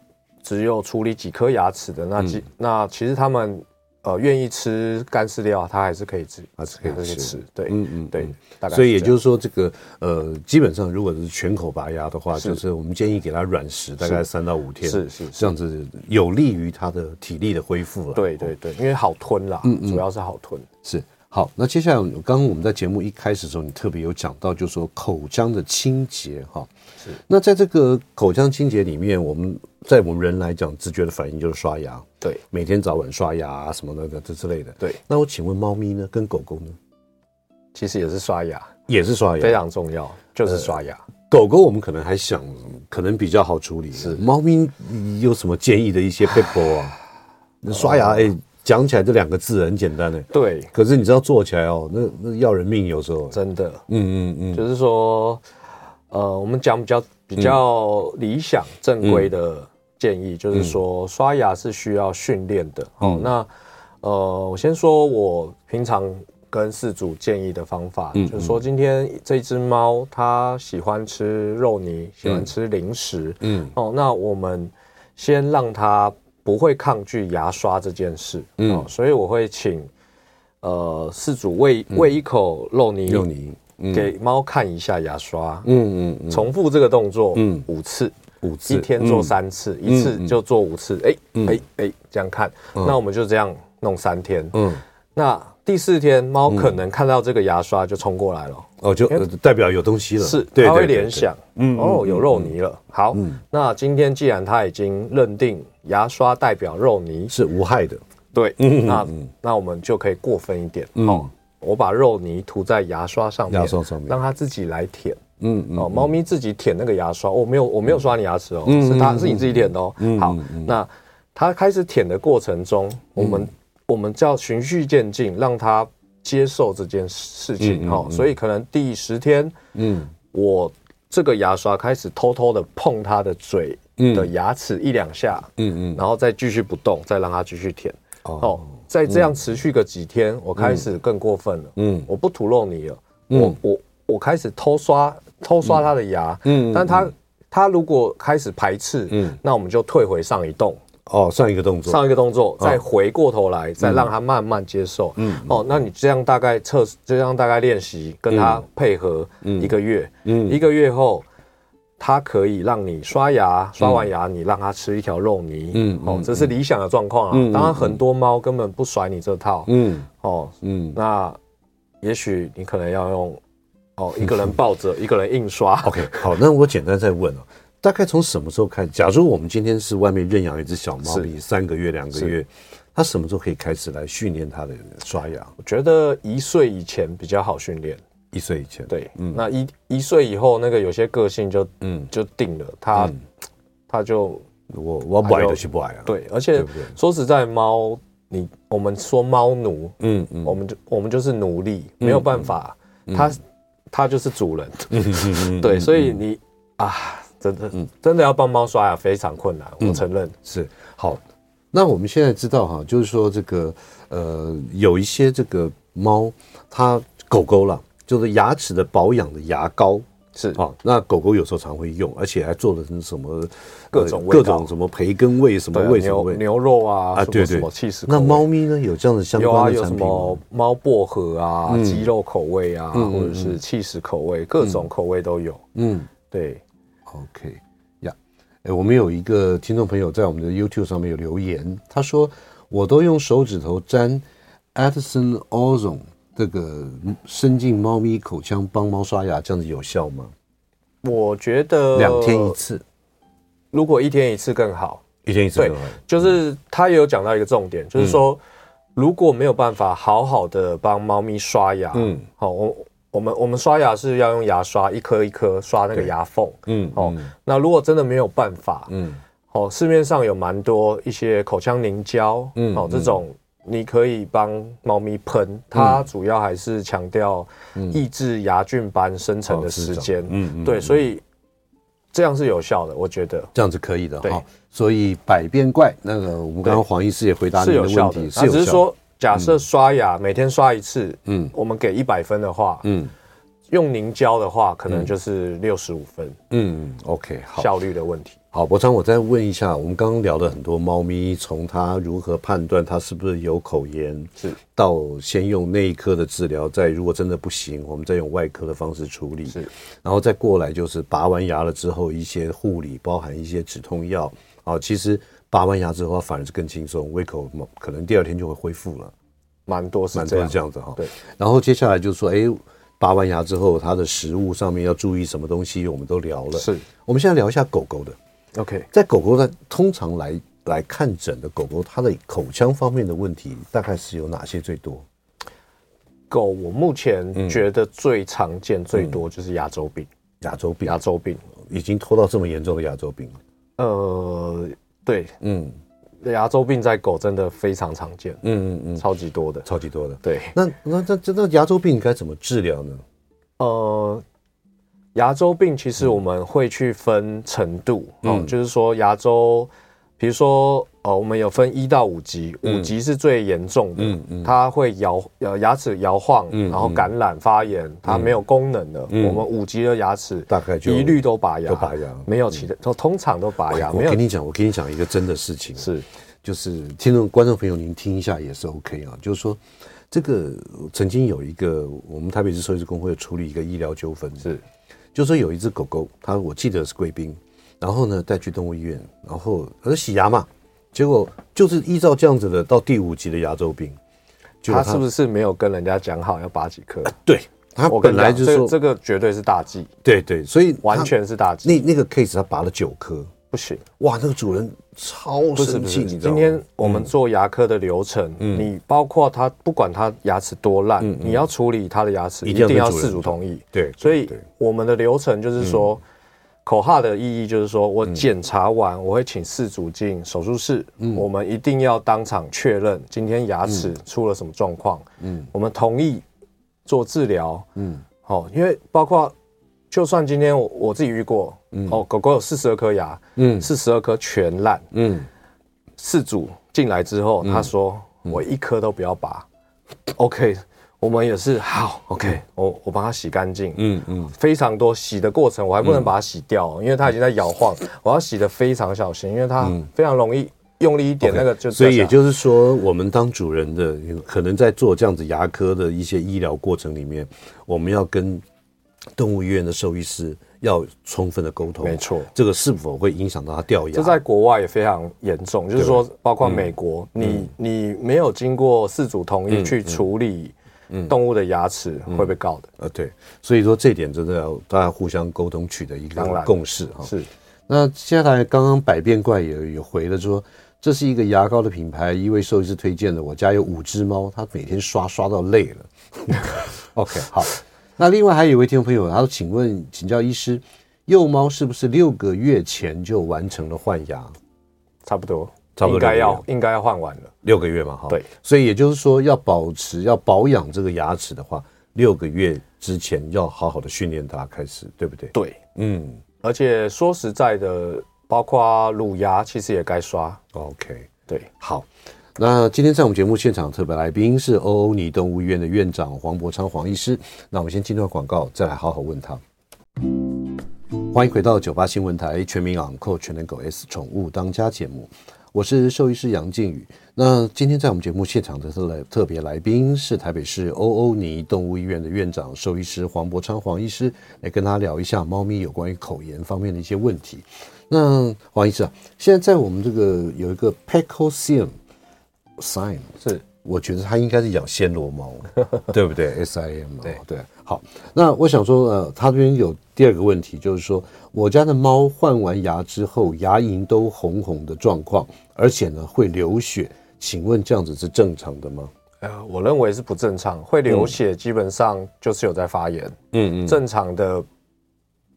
Speaker 2: 只有处理几颗牙齿的，
Speaker 1: 嗯
Speaker 2: 那几、那其实他们呃愿意吃干饲料，他还是可以吃，
Speaker 1: 还是可以吃
Speaker 2: 吃。对，
Speaker 1: 嗯嗯
Speaker 2: 对，大概
Speaker 1: 所以也
Speaker 2: 是这样
Speaker 1: 就是说，这个呃，基本上如果是全口拔牙的话，
Speaker 2: 是
Speaker 1: 就是我们建议给它软食，大概三到五天，
Speaker 2: 是是是
Speaker 1: 这样子有利于它的体力的恢复了。
Speaker 2: 对对对，因为好吞啦，
Speaker 1: 嗯
Speaker 2: 主要是好吞。
Speaker 1: 是好。那接下来，刚刚我们在节目一开始的时候，你特别有讲到，就是说口腔的清洁哈。
Speaker 2: 是。
Speaker 1: 那在这个口腔清洁里面，我们在我们人来讲，直觉的反应就是刷牙，
Speaker 2: 对
Speaker 1: 每天早晚刷牙、啊、什么的这之类的。
Speaker 2: 对，
Speaker 1: 那我请问，猫咪呢，跟狗狗呢，
Speaker 2: 其实也是刷牙，
Speaker 1: 也是刷牙？
Speaker 2: 非常重要，
Speaker 1: 呃
Speaker 2: 就是刷牙。
Speaker 1: 狗狗我们可能还想，可能比较好处理。是猫咪你有什么建议的一些 p e 啊？ 那刷牙，哎、讲起来这两个字很简单哎、
Speaker 2: 对，
Speaker 1: 可是你知道做起来哦，那那要人命有时候。
Speaker 2: 真的，
Speaker 1: 嗯嗯嗯，
Speaker 2: 就是说，呃，我们讲比较比较理想正规的建议，就是说刷牙是需要训练的。哦，那呃，我先说我平常跟饲主建议的方法，就是说今天这只猫它喜欢吃肉泥，喜欢吃零食，
Speaker 1: 嗯
Speaker 2: 嗯，哦，那我们先让它不会抗拒牙刷这件事，嗯，所以我会请。呃，饲主喂喂一口肉泥，
Speaker 1: 用你，嗯
Speaker 2: 给猫看一下牙刷，
Speaker 1: 嗯嗯嗯，
Speaker 2: 重复这个动作，
Speaker 1: 嗯
Speaker 2: 五次，
Speaker 1: 五
Speaker 2: 一
Speaker 1: 次嗯
Speaker 2: 天做三次，一次就做五次，哎哎哎，这样看，那我们就这样弄三天，
Speaker 1: 嗯，
Speaker 2: 那第四天猫可能看到这个牙刷就冲过来了，
Speaker 1: 哦，就、呃代表有东西了，
Speaker 2: 是，
Speaker 1: 对
Speaker 2: 它会
Speaker 1: 对对嗯
Speaker 2: 联
Speaker 1: 对
Speaker 2: 想，哦，有肉泥了，好，
Speaker 1: 嗯
Speaker 2: 那今天既然它已经认定牙刷代表肉泥，
Speaker 1: 是无害的，
Speaker 2: 对，那那我们就可以过分一点，
Speaker 1: 嗯
Speaker 2: 我把肉泥涂在牙刷上面，
Speaker 1: 牙刷上面
Speaker 2: 让它自己来舔。
Speaker 1: 嗯嗯，嗯
Speaker 2: 哦，猫咪自己舔那个牙刷，我没有我没有刷你牙齿哦，是它是你自己舔的哦。好，那它开始舔的过程中，我
Speaker 1: 嗯
Speaker 2: 们、我们叫循序渐进，让它接受这件事情哦。所以可能第十天，
Speaker 1: 嗯
Speaker 2: 嗯，我这个牙刷开始偷偷的碰它的嘴的牙齿一两下，
Speaker 1: 嗯嗯嗯，
Speaker 2: 然后再继续不动，再让它继续舔。
Speaker 1: 哦，
Speaker 2: 哦，再这样持续个几天，我开始更过分了。
Speaker 1: 嗯
Speaker 2: 我不吐露你了，我我我开始偷刷偷刷他的牙，
Speaker 1: 嗯
Speaker 2: 嗯，但他他如果开始排斥，
Speaker 1: 嗯
Speaker 2: 嗯，那我们就退回上一动，
Speaker 1: 哦，上一个动作，
Speaker 2: 上一个动作，再回过头来，再让他慢慢接受，嗯，哦，那你这样大概测试，这样大概练习，跟他配合一个月，
Speaker 1: 嗯
Speaker 2: 一个月后。它可以让你刷牙，刷完牙你让它吃一条肉泥，
Speaker 1: 嗯
Speaker 2: 嗯，哦，这是理想的状况啊。当然，很多猫根本不甩你这套，
Speaker 1: 嗯
Speaker 2: 哦，
Speaker 1: 嗯
Speaker 2: 那也许你可能要用哦，一个人抱着，一个人印刷。
Speaker 1: ，OK，好，那我简单再问啊，大概从什么时候开始？假如我们今天是外面认养一只小猫咪，三个月、两个月，它什么时候可以开始来训练它的刷牙？
Speaker 2: 我觉得一岁以前比较好训练，
Speaker 1: 一岁以前，，
Speaker 2: 对，那一一岁以后，那个有些个性就
Speaker 1: 嗯
Speaker 2: 嗯就定了，它、它就
Speaker 1: 我我不爱就是不爱啊，，
Speaker 2: 对，而且
Speaker 1: 对不对
Speaker 2: 说实在，猫你我们说猫奴，
Speaker 1: 嗯嗯，
Speaker 2: 我们就我们就是奴隶，没有办法，它它就是 主人，
Speaker 1: 嗯
Speaker 2: 对，所以你啊，真的、真的要帮猫刷牙非常困难，
Speaker 1: 嗯
Speaker 2: 我承认，
Speaker 1: 是好。那我们现在知道哈，就是说这个呃，有一些这个猫，它狗狗啦，就是牙齿的保养的牙膏。
Speaker 2: 是
Speaker 1: 啊、那狗狗有时候常会用，而且还做的是什么呃
Speaker 2: 各种味
Speaker 1: 各
Speaker 2: 道
Speaker 1: 种什么培根味什么
Speaker 2: 对啊
Speaker 1: 味什么
Speaker 2: 牛
Speaker 1: 味
Speaker 2: 牛肉啊，
Speaker 1: 啊，
Speaker 2: 什么
Speaker 1: 对
Speaker 2: 什
Speaker 1: 对
Speaker 2: 么气死。
Speaker 1: 那猫咪呢？有这样的相
Speaker 2: 有啊，
Speaker 1: 关的
Speaker 2: 有
Speaker 1: 产
Speaker 2: 什
Speaker 1: 品吗
Speaker 2: 么？猫薄荷啊、
Speaker 1: 嗯
Speaker 2: 鸡肉口味啊，或者是气死口味，各种口味都有。
Speaker 1: 嗯
Speaker 2: 对，
Speaker 1: ，OK 呀、哎，我们有一个听众朋友在我们的 YouTube 上面有留言，他说我都用手指头沾 Edison Ozone 这个伸进猫咪口腔帮猫刷牙，这样子有效吗？
Speaker 2: 我觉得
Speaker 1: 两天一，次，
Speaker 2: 如果一天一次更好。
Speaker 1: 一天一次
Speaker 2: 对
Speaker 1: 就好了
Speaker 2: 就是他也有讲到一个重点，
Speaker 1: 嗯
Speaker 2: 就是说如果没有办法好好的帮猫咪刷牙，嗯
Speaker 1: 嗯，
Speaker 2: 好，我我们我们刷牙是要用牙刷一颗一颗刷那个
Speaker 1: 对
Speaker 2: 牙缝。
Speaker 1: 嗯
Speaker 2: 哦，那如果真的没有办法，
Speaker 1: 嗯
Speaker 2: 哦，市面上有蛮多一些口腔凝胶，
Speaker 1: 嗯
Speaker 2: 哦，这种你可以帮猫咪喷，它主要还是强调抑制牙菌斑生成的时间，
Speaker 1: 嗯嗯，
Speaker 2: 对，所以这样是有效的，我觉得
Speaker 1: 这样子可以的
Speaker 2: 对
Speaker 1: 哈。所以百变怪那个，我们刚刚黄医师也回答
Speaker 2: 是
Speaker 1: 你的
Speaker 2: 有效
Speaker 1: 问
Speaker 2: 的
Speaker 1: 题，，
Speaker 2: 它
Speaker 1: 是有
Speaker 2: 只是
Speaker 1: 效。
Speaker 2: 说假设刷牙每天刷一次，
Speaker 1: 嗯
Speaker 2: 我们给一百分的话，
Speaker 1: 嗯
Speaker 2: 用凝胶的话可能就是六十五分，
Speaker 1: 嗯，OK，好。
Speaker 2: 效率的问题。
Speaker 1: 好，博昌，我再问一下，我们刚刚聊了很多猫咪，从它如何判断它是不是有口炎，
Speaker 2: 是
Speaker 1: 到先用内科的治疗，再如果真的不行，我们再用外科的方式处理，
Speaker 2: 是，
Speaker 1: 然后再过来就是拔完牙了之后一些护理，包含一些止痛药。好，其实拔完牙之后它反而是更轻松，胃口可能第二天就会恢复了。
Speaker 2: 蛮多是
Speaker 1: 蛮
Speaker 2: 这
Speaker 1: 多是
Speaker 2: 样，
Speaker 1: 这样子哈。
Speaker 2: 对。
Speaker 1: 然后接下来就说，哎，拔完牙之后，它的食物上面要注意什么东西，我们都聊了。
Speaker 2: 是
Speaker 1: 我们现在聊一下狗狗的，
Speaker 2: OK。
Speaker 1: 在狗狗的通常来来看诊的狗狗，它的口腔方面的问题大概是有哪些最多？
Speaker 2: 狗，我目
Speaker 1: 嗯
Speaker 2: 前觉得最常见、最多就是牙周病。
Speaker 1: 牙周嗯病
Speaker 2: 牙周病，
Speaker 1: 已经拖到这么严重的牙周病了。
Speaker 2: 呃，对，
Speaker 1: 嗯
Speaker 2: 牙周病在狗真的非常常见，
Speaker 1: 嗯嗯嗯，
Speaker 2: 超级多的。
Speaker 1: 超级多的。
Speaker 2: 对，
Speaker 1: 那那那这那牙周病该怎么治疗呢？
Speaker 2: 呃，牙周病其实我们会去分程度，
Speaker 1: 嗯
Speaker 2: 哦，就是说牙周，比如说，呃，我们有分一到五级，
Speaker 1: 嗯
Speaker 2: 五级是最严重的，它会摇呃牙齿摇晃，
Speaker 1: 嗯
Speaker 2: 然后感染发炎，它没有功能了。我们五级的牙齿
Speaker 1: 大概就
Speaker 2: 一律都拔牙，
Speaker 1: 都拔牙嗯哎
Speaker 2: 没有其他，都通常都拔牙，
Speaker 1: 我
Speaker 2: 哎没有
Speaker 1: 跟你讲，我跟你讲一个真的事情。啊
Speaker 2: 是
Speaker 1: 就是听众观众朋友，您听一下也是 OK 啊。就是说，这个曾经有一个我们台北市兽医师工会处理一个医疗纠纷，
Speaker 2: 是
Speaker 1: 就是说有一只狗狗，它我记得是贵宾，然后呢带去动物医院，然后它洗牙嘛，结果就是依照这样子的到第五级的牙周病，就
Speaker 2: 他是不
Speaker 1: 是
Speaker 2: 是没有跟人家讲好要拔几颗？
Speaker 1: 对它
Speaker 2: 我跟
Speaker 1: 本
Speaker 2: 你
Speaker 1: 来
Speaker 2: 讲，
Speaker 1: 就
Speaker 2: 这
Speaker 1: 是说
Speaker 2: 这个绝对是大忌，
Speaker 1: 对对，所以它
Speaker 2: 完全是大忌，
Speaker 1: 那那个 case 它拔了九颗，
Speaker 2: 不行。
Speaker 1: 哇，那个主人超
Speaker 2: 不是
Speaker 1: 生
Speaker 2: 不
Speaker 1: 气，
Speaker 2: 是，
Speaker 1: 你知道
Speaker 2: 今
Speaker 1: 吗？
Speaker 2: 天我们做牙科的流程，你包括他不管他牙齿多烂，你要处理他的牙齿，
Speaker 1: 一
Speaker 2: 一
Speaker 1: 定要
Speaker 2: 定要
Speaker 1: 跟主人
Speaker 2: 事主同意。
Speaker 1: 对，
Speaker 2: 所以
Speaker 1: 对
Speaker 2: 我们的流程就是说，口号的意义就是说我检查完，我会请事主进手术室，我们一定要当场确认今天牙齿出了什么状况，嗯，我们同意做治疗，嗯，哦，因为包括就算今天我我自己遇过，哦，狗狗有四十二颗牙，
Speaker 1: 嗯
Speaker 2: 嗯，四十二颗全烂，
Speaker 1: 嗯，
Speaker 2: 事主进来之后，他说
Speaker 1: 嗯
Speaker 2: 我一颗都不要拔，OK，我们也是好，OK，我我帮他洗干净，
Speaker 1: 嗯嗯
Speaker 2: 非常多洗的过程，我还不能把它洗掉哦，因为它已经在摇晃，我要洗的非常小心，因为它非常容易用力一点，那个就
Speaker 1: 嗯哦所以也
Speaker 2: 掉下
Speaker 1: 就
Speaker 2: 来
Speaker 1: 是说，我们当主人的，可能在做这样子牙科的一些医疗过程里面，我们要跟动物医院的兽医师要充分的沟通，
Speaker 2: 没错
Speaker 1: 这个是否会影响到它掉牙？
Speaker 2: 这在国外也非常严重，就是说，包
Speaker 1: 嗯
Speaker 2: 括美国，你你没有经过事主同
Speaker 1: 嗯
Speaker 2: 意去处理动物的牙齿，会被告的。
Speaker 1: 呃对，所以说这点真的要大家互相沟通取得一个
Speaker 2: 当然
Speaker 1: 共识哈。
Speaker 2: 是
Speaker 1: 那接下来刚刚百变怪也也回了说，这是一个牙膏的品牌，一位兽医师推荐的。我家有五只猫，它每天刷刷到累了。OK，好。那另外还有一位听众朋友，他说：“请问请教医师，幼猫是不是六个月前就完成了换牙？
Speaker 2: 差不多，
Speaker 1: 差不多
Speaker 2: 应该
Speaker 1: 六
Speaker 2: 要
Speaker 1: 个
Speaker 2: 应该要换完了。
Speaker 1: 六个月嘛，哈。
Speaker 2: 对。
Speaker 1: 所以也就是说，要保持要保养这个牙齿的话，六个月之前要好好的训练它开始，对不对？
Speaker 2: 对，
Speaker 1: 嗯
Speaker 2: 而且说实在的，包括乳牙其实也该刷。
Speaker 1: ，OK。
Speaker 2: 对，
Speaker 1: 好，那今天在我们节目现场特别来宾是欧欧尼动物医院的院长黄伯昌黄医师。那我们先进段广告，再来好好问他。欢迎回到九八新闻台《全民养狗全能狗 S 宠物当家》节目，我是兽医师杨靖宇。那今天在我们节目现场的特来特别来宾是台北市欧欧尼动物医院的院长兽医师黄伯昌黄医师，来跟大家聊一下猫咪有关于口炎方面的一些问题。那黄医师啊，现在在我们这个有一个 Pecosium sign，
Speaker 2: 是
Speaker 1: 我觉得它应该是养暹罗猫， 对不对？S I M
Speaker 2: 对
Speaker 1: 哦对，好。那我想说，呃，他这边有第二个问题，就是说我家的猫换完牙之后，牙龈都红红的状况，而且呢会流血，请问这样子是正常的吗？
Speaker 2: 呃，我认为是不正常，会流血基本上就是有在发炎，
Speaker 1: 嗯嗯，
Speaker 2: 正常的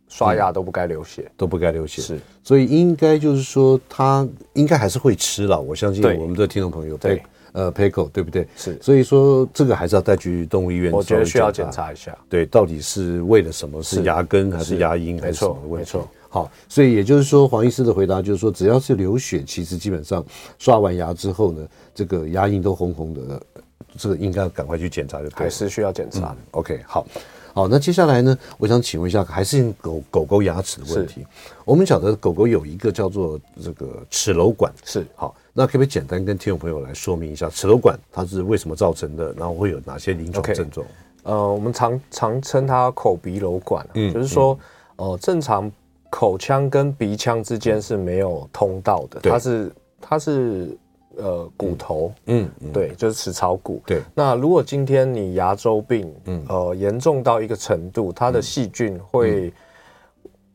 Speaker 2: 刷牙都不该流血。
Speaker 1: 都不该流血，
Speaker 2: 是，
Speaker 1: 所以应该就是说它应该还是会吃了，我相信
Speaker 2: 对
Speaker 1: 我们的听众朋友
Speaker 2: 对
Speaker 1: 佩呃 p e c o 对不对？
Speaker 2: 是
Speaker 1: 所以说这个还是要带去动物医院，
Speaker 2: 我觉得需要检。查一下。
Speaker 1: 对，到底是为了什么？是
Speaker 2: 是
Speaker 1: 牙根还是
Speaker 2: 是
Speaker 1: 牙龈还
Speaker 2: 没
Speaker 1: 是什么
Speaker 2: 错
Speaker 1: 问
Speaker 2: 没
Speaker 1: 题
Speaker 2: 错？
Speaker 1: 好，所以也就是说，黄医师的回答就是说，只要是流血，其实基本上刷完牙之后呢，这个牙龈都红红的，呃这个应该赶快去检查就对嗯
Speaker 2: 还
Speaker 1: 了。
Speaker 2: 是需要检查。
Speaker 1: OK，好，好，那接下来呢，我想请问一下，还是狗狗狗牙齿的问题。我们晓得狗狗有一个叫做这个齿瘘管，
Speaker 2: 是
Speaker 1: 好，那可不可以简单跟听众朋友来说明一下齿瘘管它是为什么造成的，然后会有哪些临床
Speaker 2: OK
Speaker 1: 症状
Speaker 2: 呃，我们常常称它口鼻瘘管啊、
Speaker 1: 嗯
Speaker 2: 就是说，呃，正常口腔跟鼻腔之间是没有通道的，
Speaker 1: 对
Speaker 2: 它是它是呃骨头，
Speaker 1: 嗯
Speaker 2: 对，就是齿槽骨。
Speaker 1: 对
Speaker 2: 那如果今天你牙周病，
Speaker 1: 嗯
Speaker 2: 呃，严重到一个程度，它的细菌会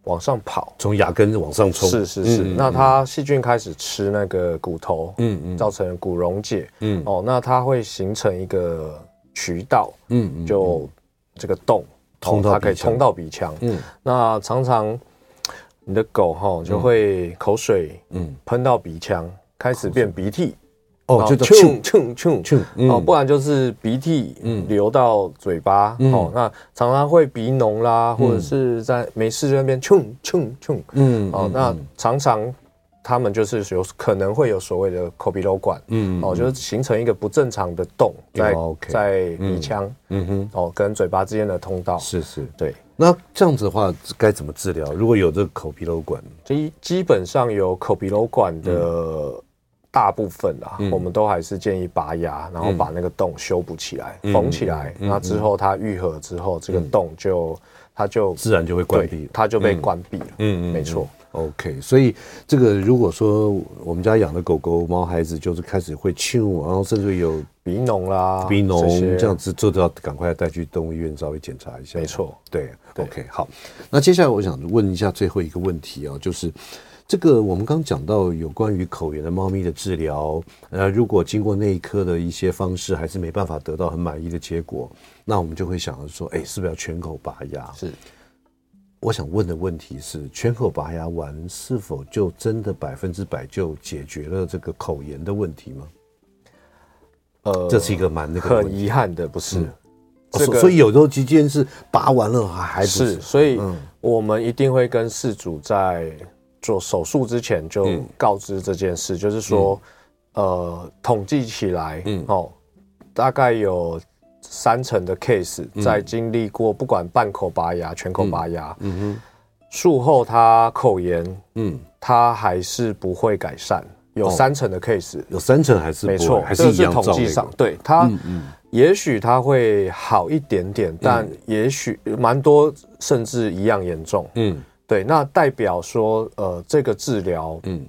Speaker 2: 往上跑。
Speaker 1: 从牙根往上嗯冲，
Speaker 2: 是是是，那它细菌开始吃那个骨头，
Speaker 1: 嗯嗯
Speaker 2: 造成骨溶解，
Speaker 1: 嗯
Speaker 2: 哦，那它会形成一个渠道，
Speaker 1: 嗯嗯，
Speaker 2: 就这个洞，
Speaker 1: 通
Speaker 2: 哦
Speaker 1: 到
Speaker 2: 它可以
Speaker 1: 鼻腔
Speaker 2: 通到鼻腔。
Speaker 1: 嗯
Speaker 2: 那常常你的狗哈就会口水
Speaker 1: 嗯
Speaker 2: 喷到鼻腔，开始变鼻涕，
Speaker 1: 哦，就就
Speaker 2: 冲冲冲
Speaker 1: 就
Speaker 2: 哦，不然就是鼻涕流到嘴巴、
Speaker 1: 嗯
Speaker 2: 哦，那常常会鼻脓啦，或者是在没事就在那边冲冲冲
Speaker 1: 嗯
Speaker 2: 哦，那常常他们就是有可能会有所谓的口鼻瘘管。
Speaker 1: 嗯
Speaker 2: 哦，就是形成一个不正常的洞，在、
Speaker 1: 哦，OK
Speaker 2: 在鼻腔、
Speaker 1: 嗯哼，
Speaker 2: 哦跟嘴巴之间的通道，
Speaker 1: 是是。
Speaker 2: 对，
Speaker 1: 那这样子的话该怎么治疗？如果有这个口鼻瘘管，
Speaker 2: 基基本上有口鼻瘘管的大部分啊，
Speaker 1: 嗯
Speaker 2: 我们都还是建议拔牙，然后把那个洞修补起来、
Speaker 1: 嗯
Speaker 2: 缝起来，
Speaker 1: 嗯嗯嗯
Speaker 2: 那之后它愈合之后，这个洞就它就
Speaker 1: 自然就会关闭
Speaker 2: 对。它就被关闭了。
Speaker 1: 嗯
Speaker 2: 没错。
Speaker 1: OK，所以这个如果说我们家养的狗狗、猫孩子，就是开始会呛，然后甚至有
Speaker 2: 鼻脓啦，
Speaker 1: 鼻脓，
Speaker 2: 啊些
Speaker 1: 这样子就要赶快带去动物医院稍微检查一下。
Speaker 2: 没错。
Speaker 1: 对
Speaker 2: 对
Speaker 1: o k 好。那接下来我想问一下最后一个问题啊，就是这个我们刚讲到有关于口炎的猫咪的治疗，呃，如果经过内科的一些方式还是没办法得到很满意的结果，那我们就会想着说，哎、是不是要全口拔牙？
Speaker 2: 是
Speaker 1: 我想问的问题是，全口拔牙完是否就真的百分之百就解决了这个口炎的问题吗？
Speaker 2: 呃
Speaker 1: 这是一个蛮 那个的问
Speaker 2: 很
Speaker 1: 题。
Speaker 2: 遗憾的，不是、
Speaker 1: 哦
Speaker 2: 这
Speaker 1: 所
Speaker 2: 个
Speaker 1: 所以有时候即便是拔完了还还不
Speaker 2: 是，所以
Speaker 1: 嗯
Speaker 2: 我们一定会跟事主在做手术之前
Speaker 1: 嗯
Speaker 2: 就告知这件事，就是说，呃，统计起来，
Speaker 1: 嗯
Speaker 2: 哦，大概有三成的 case 在经历过不管半口拔牙、全口拔牙，
Speaker 1: 嗯哼，
Speaker 2: 术后他口炎，
Speaker 1: 嗯，
Speaker 2: 他还是不会改善，有
Speaker 1: 哦
Speaker 2: 三成的 case，、
Speaker 1: 有三成还是不
Speaker 2: 没
Speaker 1: 会
Speaker 2: 错，
Speaker 1: 还是
Speaker 2: 这个
Speaker 1: 一
Speaker 2: 是
Speaker 1: 样
Speaker 2: 统
Speaker 1: 照
Speaker 2: 计
Speaker 1: 那
Speaker 2: 上
Speaker 1: 个。，嗯
Speaker 2: 对它，也许它会好一点点，
Speaker 1: 嗯
Speaker 2: 但也许蛮多甚至一样严重。
Speaker 1: 嗯
Speaker 2: 对，那代表说，呃，这个治疗
Speaker 1: 嗯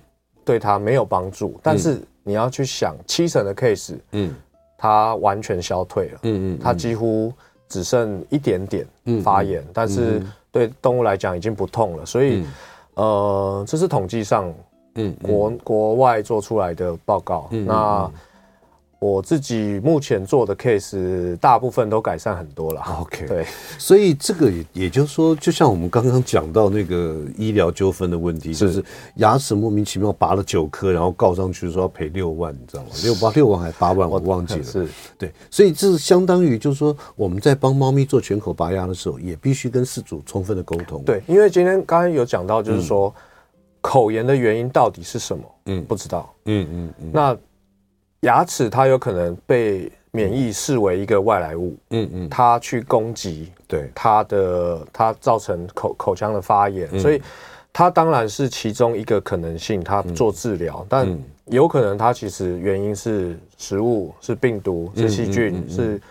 Speaker 2: 对它没有帮助，但是你要去想，七成的 case
Speaker 1: 嗯
Speaker 2: 它完全消退了，
Speaker 1: 嗯嗯，
Speaker 2: 它几乎只剩一点点
Speaker 1: 嗯
Speaker 2: 发炎，但是对动物来讲已经不痛了，所以，呃，这是统计上
Speaker 1: 嗯嗯
Speaker 2: 国国外做出来的报告。那我自己目前做的 case，大部分都改善很多了。
Speaker 1: 哦 OK
Speaker 2: 对，
Speaker 1: 所以这个也也就是说，就像我们刚刚讲到那个医疗纠纷的问题，就是牙齿莫名其妙拔了九颗，然后告上去说要赔六万，你知道吗？六八六万还八万，我忘记了。
Speaker 2: 是
Speaker 1: 对，所以这相当于就是说，我们在帮猫咪做全口拔牙的时候，也必须跟饲主充分的沟通。，
Speaker 2: 对，因为今天刚刚有讲到，就是说、口炎的原因到底是什么？
Speaker 1: 嗯
Speaker 2: 嗯，不知道。
Speaker 1: 嗯嗯嗯，
Speaker 2: 那牙齿它有可能被免疫视为一个外来物，
Speaker 1: 嗯嗯，
Speaker 2: 它去攻击
Speaker 1: 对，
Speaker 2: 它的它造成口口腔的发炎，
Speaker 1: 嗯
Speaker 2: 所以它当然是其中一个可能性，它做治疗，
Speaker 1: 嗯
Speaker 2: 但有可能它其实原因是食物、是病毒、是细
Speaker 1: 嗯
Speaker 2: 菌、是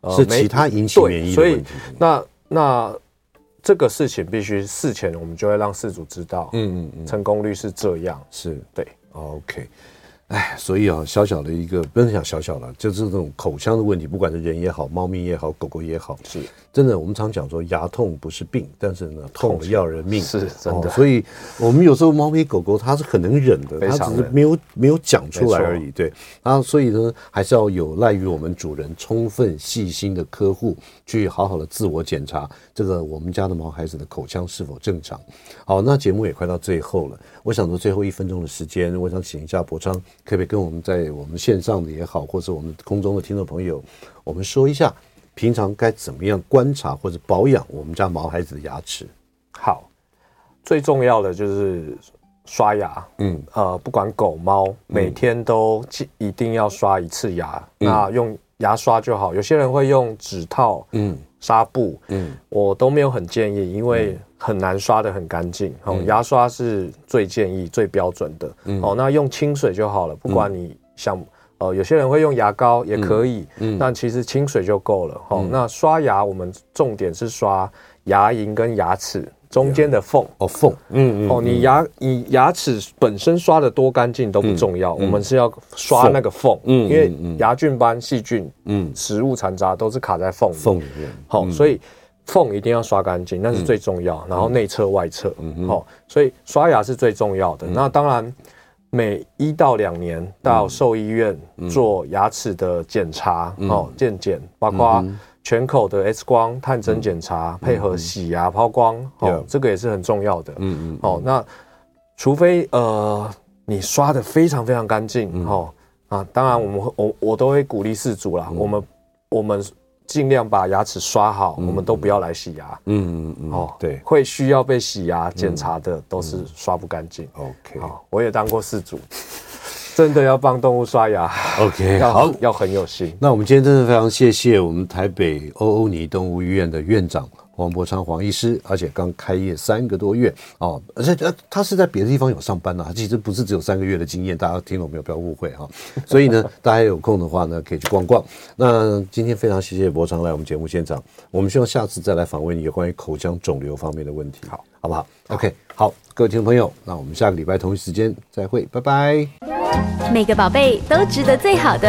Speaker 2: 呃
Speaker 1: 是
Speaker 2: 没
Speaker 1: 其他引起
Speaker 2: 对
Speaker 1: 免疫的
Speaker 2: 所以
Speaker 1: 问题。
Speaker 2: 那那这个事情必须事前我们就会让事主知道，
Speaker 1: 嗯嗯嗯，
Speaker 2: 成功率是这样，
Speaker 1: 是
Speaker 2: 对。
Speaker 1: OK。哎，所以啊，小小的一个不能讲小小了，就是这种口腔的问题，不管是人也好，猫咪也好，狗狗也好，
Speaker 2: 是
Speaker 1: 真的，我们常讲说牙痛不是病，但是呢，痛了要人命，
Speaker 2: 是真
Speaker 1: 哦
Speaker 2: 的
Speaker 1: 所以我们有时候猫咪狗狗它是很能忍的，
Speaker 2: 非常
Speaker 1: 它只是
Speaker 2: 忍
Speaker 1: 没有没有讲出来
Speaker 2: 没错
Speaker 1: 而已。对，啊，所以呢，还是要有赖于我们主人充分细心的呵护，去好好的自我检查这个我们家的毛孩子的口腔是否正常。好，那节目也快到最后了，我想说最后一分钟的时间，我想请一下博昌，可不可以跟我们在我们线上的也好，或者我们空中的听众朋友，我们说一下平常该怎么样观察或者保养我们家毛孩子的牙齿？
Speaker 2: 好。最重要的就是刷牙，
Speaker 1: 嗯，
Speaker 2: 呃，不管狗猫，每天都记一定要刷一次牙，那用牙刷就好。有些人会用指套、
Speaker 1: 嗯
Speaker 2: 纱布，
Speaker 1: 嗯
Speaker 2: 我都没有很建议，因为很难刷的很干净。哦，牙刷是最建议、最标准的。哦，那用清水就好了，不管你想。呃，有些人会用牙膏也可以，但其实清水就够了。哦，那刷牙我们重点是刷牙龈跟牙齿中间的缝，
Speaker 1: 哦，缝，嗯
Speaker 2: 哦，你牙你牙齿本身刷的多干净都不重要，我们是要刷那个缝，
Speaker 1: 嗯
Speaker 2: 因为
Speaker 1: 嗯嗯
Speaker 2: 牙菌斑、细菌、
Speaker 1: 嗯，
Speaker 2: 食物残渣都是卡在缝里。
Speaker 1: 缝里面，
Speaker 2: 好、所以缝一定要刷干净，那
Speaker 1: 嗯
Speaker 2: 是最重要。然后内侧、外侧，好、所以刷牙是最重要的。
Speaker 1: 嗯
Speaker 2: 那当然，每一到两年到兽医院
Speaker 1: 嗯
Speaker 2: 做牙齿的检查，哦，健检，包
Speaker 1: 嗯
Speaker 2: 括全口的 X 光探针检查，配合洗牙抛光，哦
Speaker 1: Yeah
Speaker 2: 这个也是很重要的。
Speaker 1: 嗯嗯，
Speaker 2: 哦，那除非呃你刷的非常非常干净、
Speaker 1: 嗯
Speaker 2: 哦啊，当然我们会我我都会鼓励事主啦，
Speaker 1: 嗯
Speaker 2: 我们我们尽量把牙齿刷好，我们都不要来洗牙、
Speaker 1: 嗯嗯嗯，
Speaker 2: 哦
Speaker 1: 哦，，对
Speaker 2: 会需要被洗牙检查的都是刷不干
Speaker 1: 嗯
Speaker 2: 净。
Speaker 1: 哦，OK
Speaker 2: 好，我也当过事主，真的要帮动物刷牙，
Speaker 1: OK，
Speaker 2: 要
Speaker 1: 好。
Speaker 2: 要很有心。
Speaker 1: 那我们今天真的非常谢谢我们台北欧欧尼动物医院的院长黄伯昌黄医师，而且刚开业三个多月哦，而且呃他是在别的地方有上班呢、他其实不是只有三个月的经验，大家听懂没有？不要误会哈、 所以呢，大家有空的话呢，可以去逛逛。那今天非常谢谢伯昌来我们节目现场，我们希望下次再来访问你有关于口腔肿瘤方面的问题，
Speaker 2: 好，
Speaker 1: 好不好？OK，好，各位听众朋友，那我们下个礼拜同一时间再会，拜拜。
Speaker 3: 每个宝贝都值得最好的，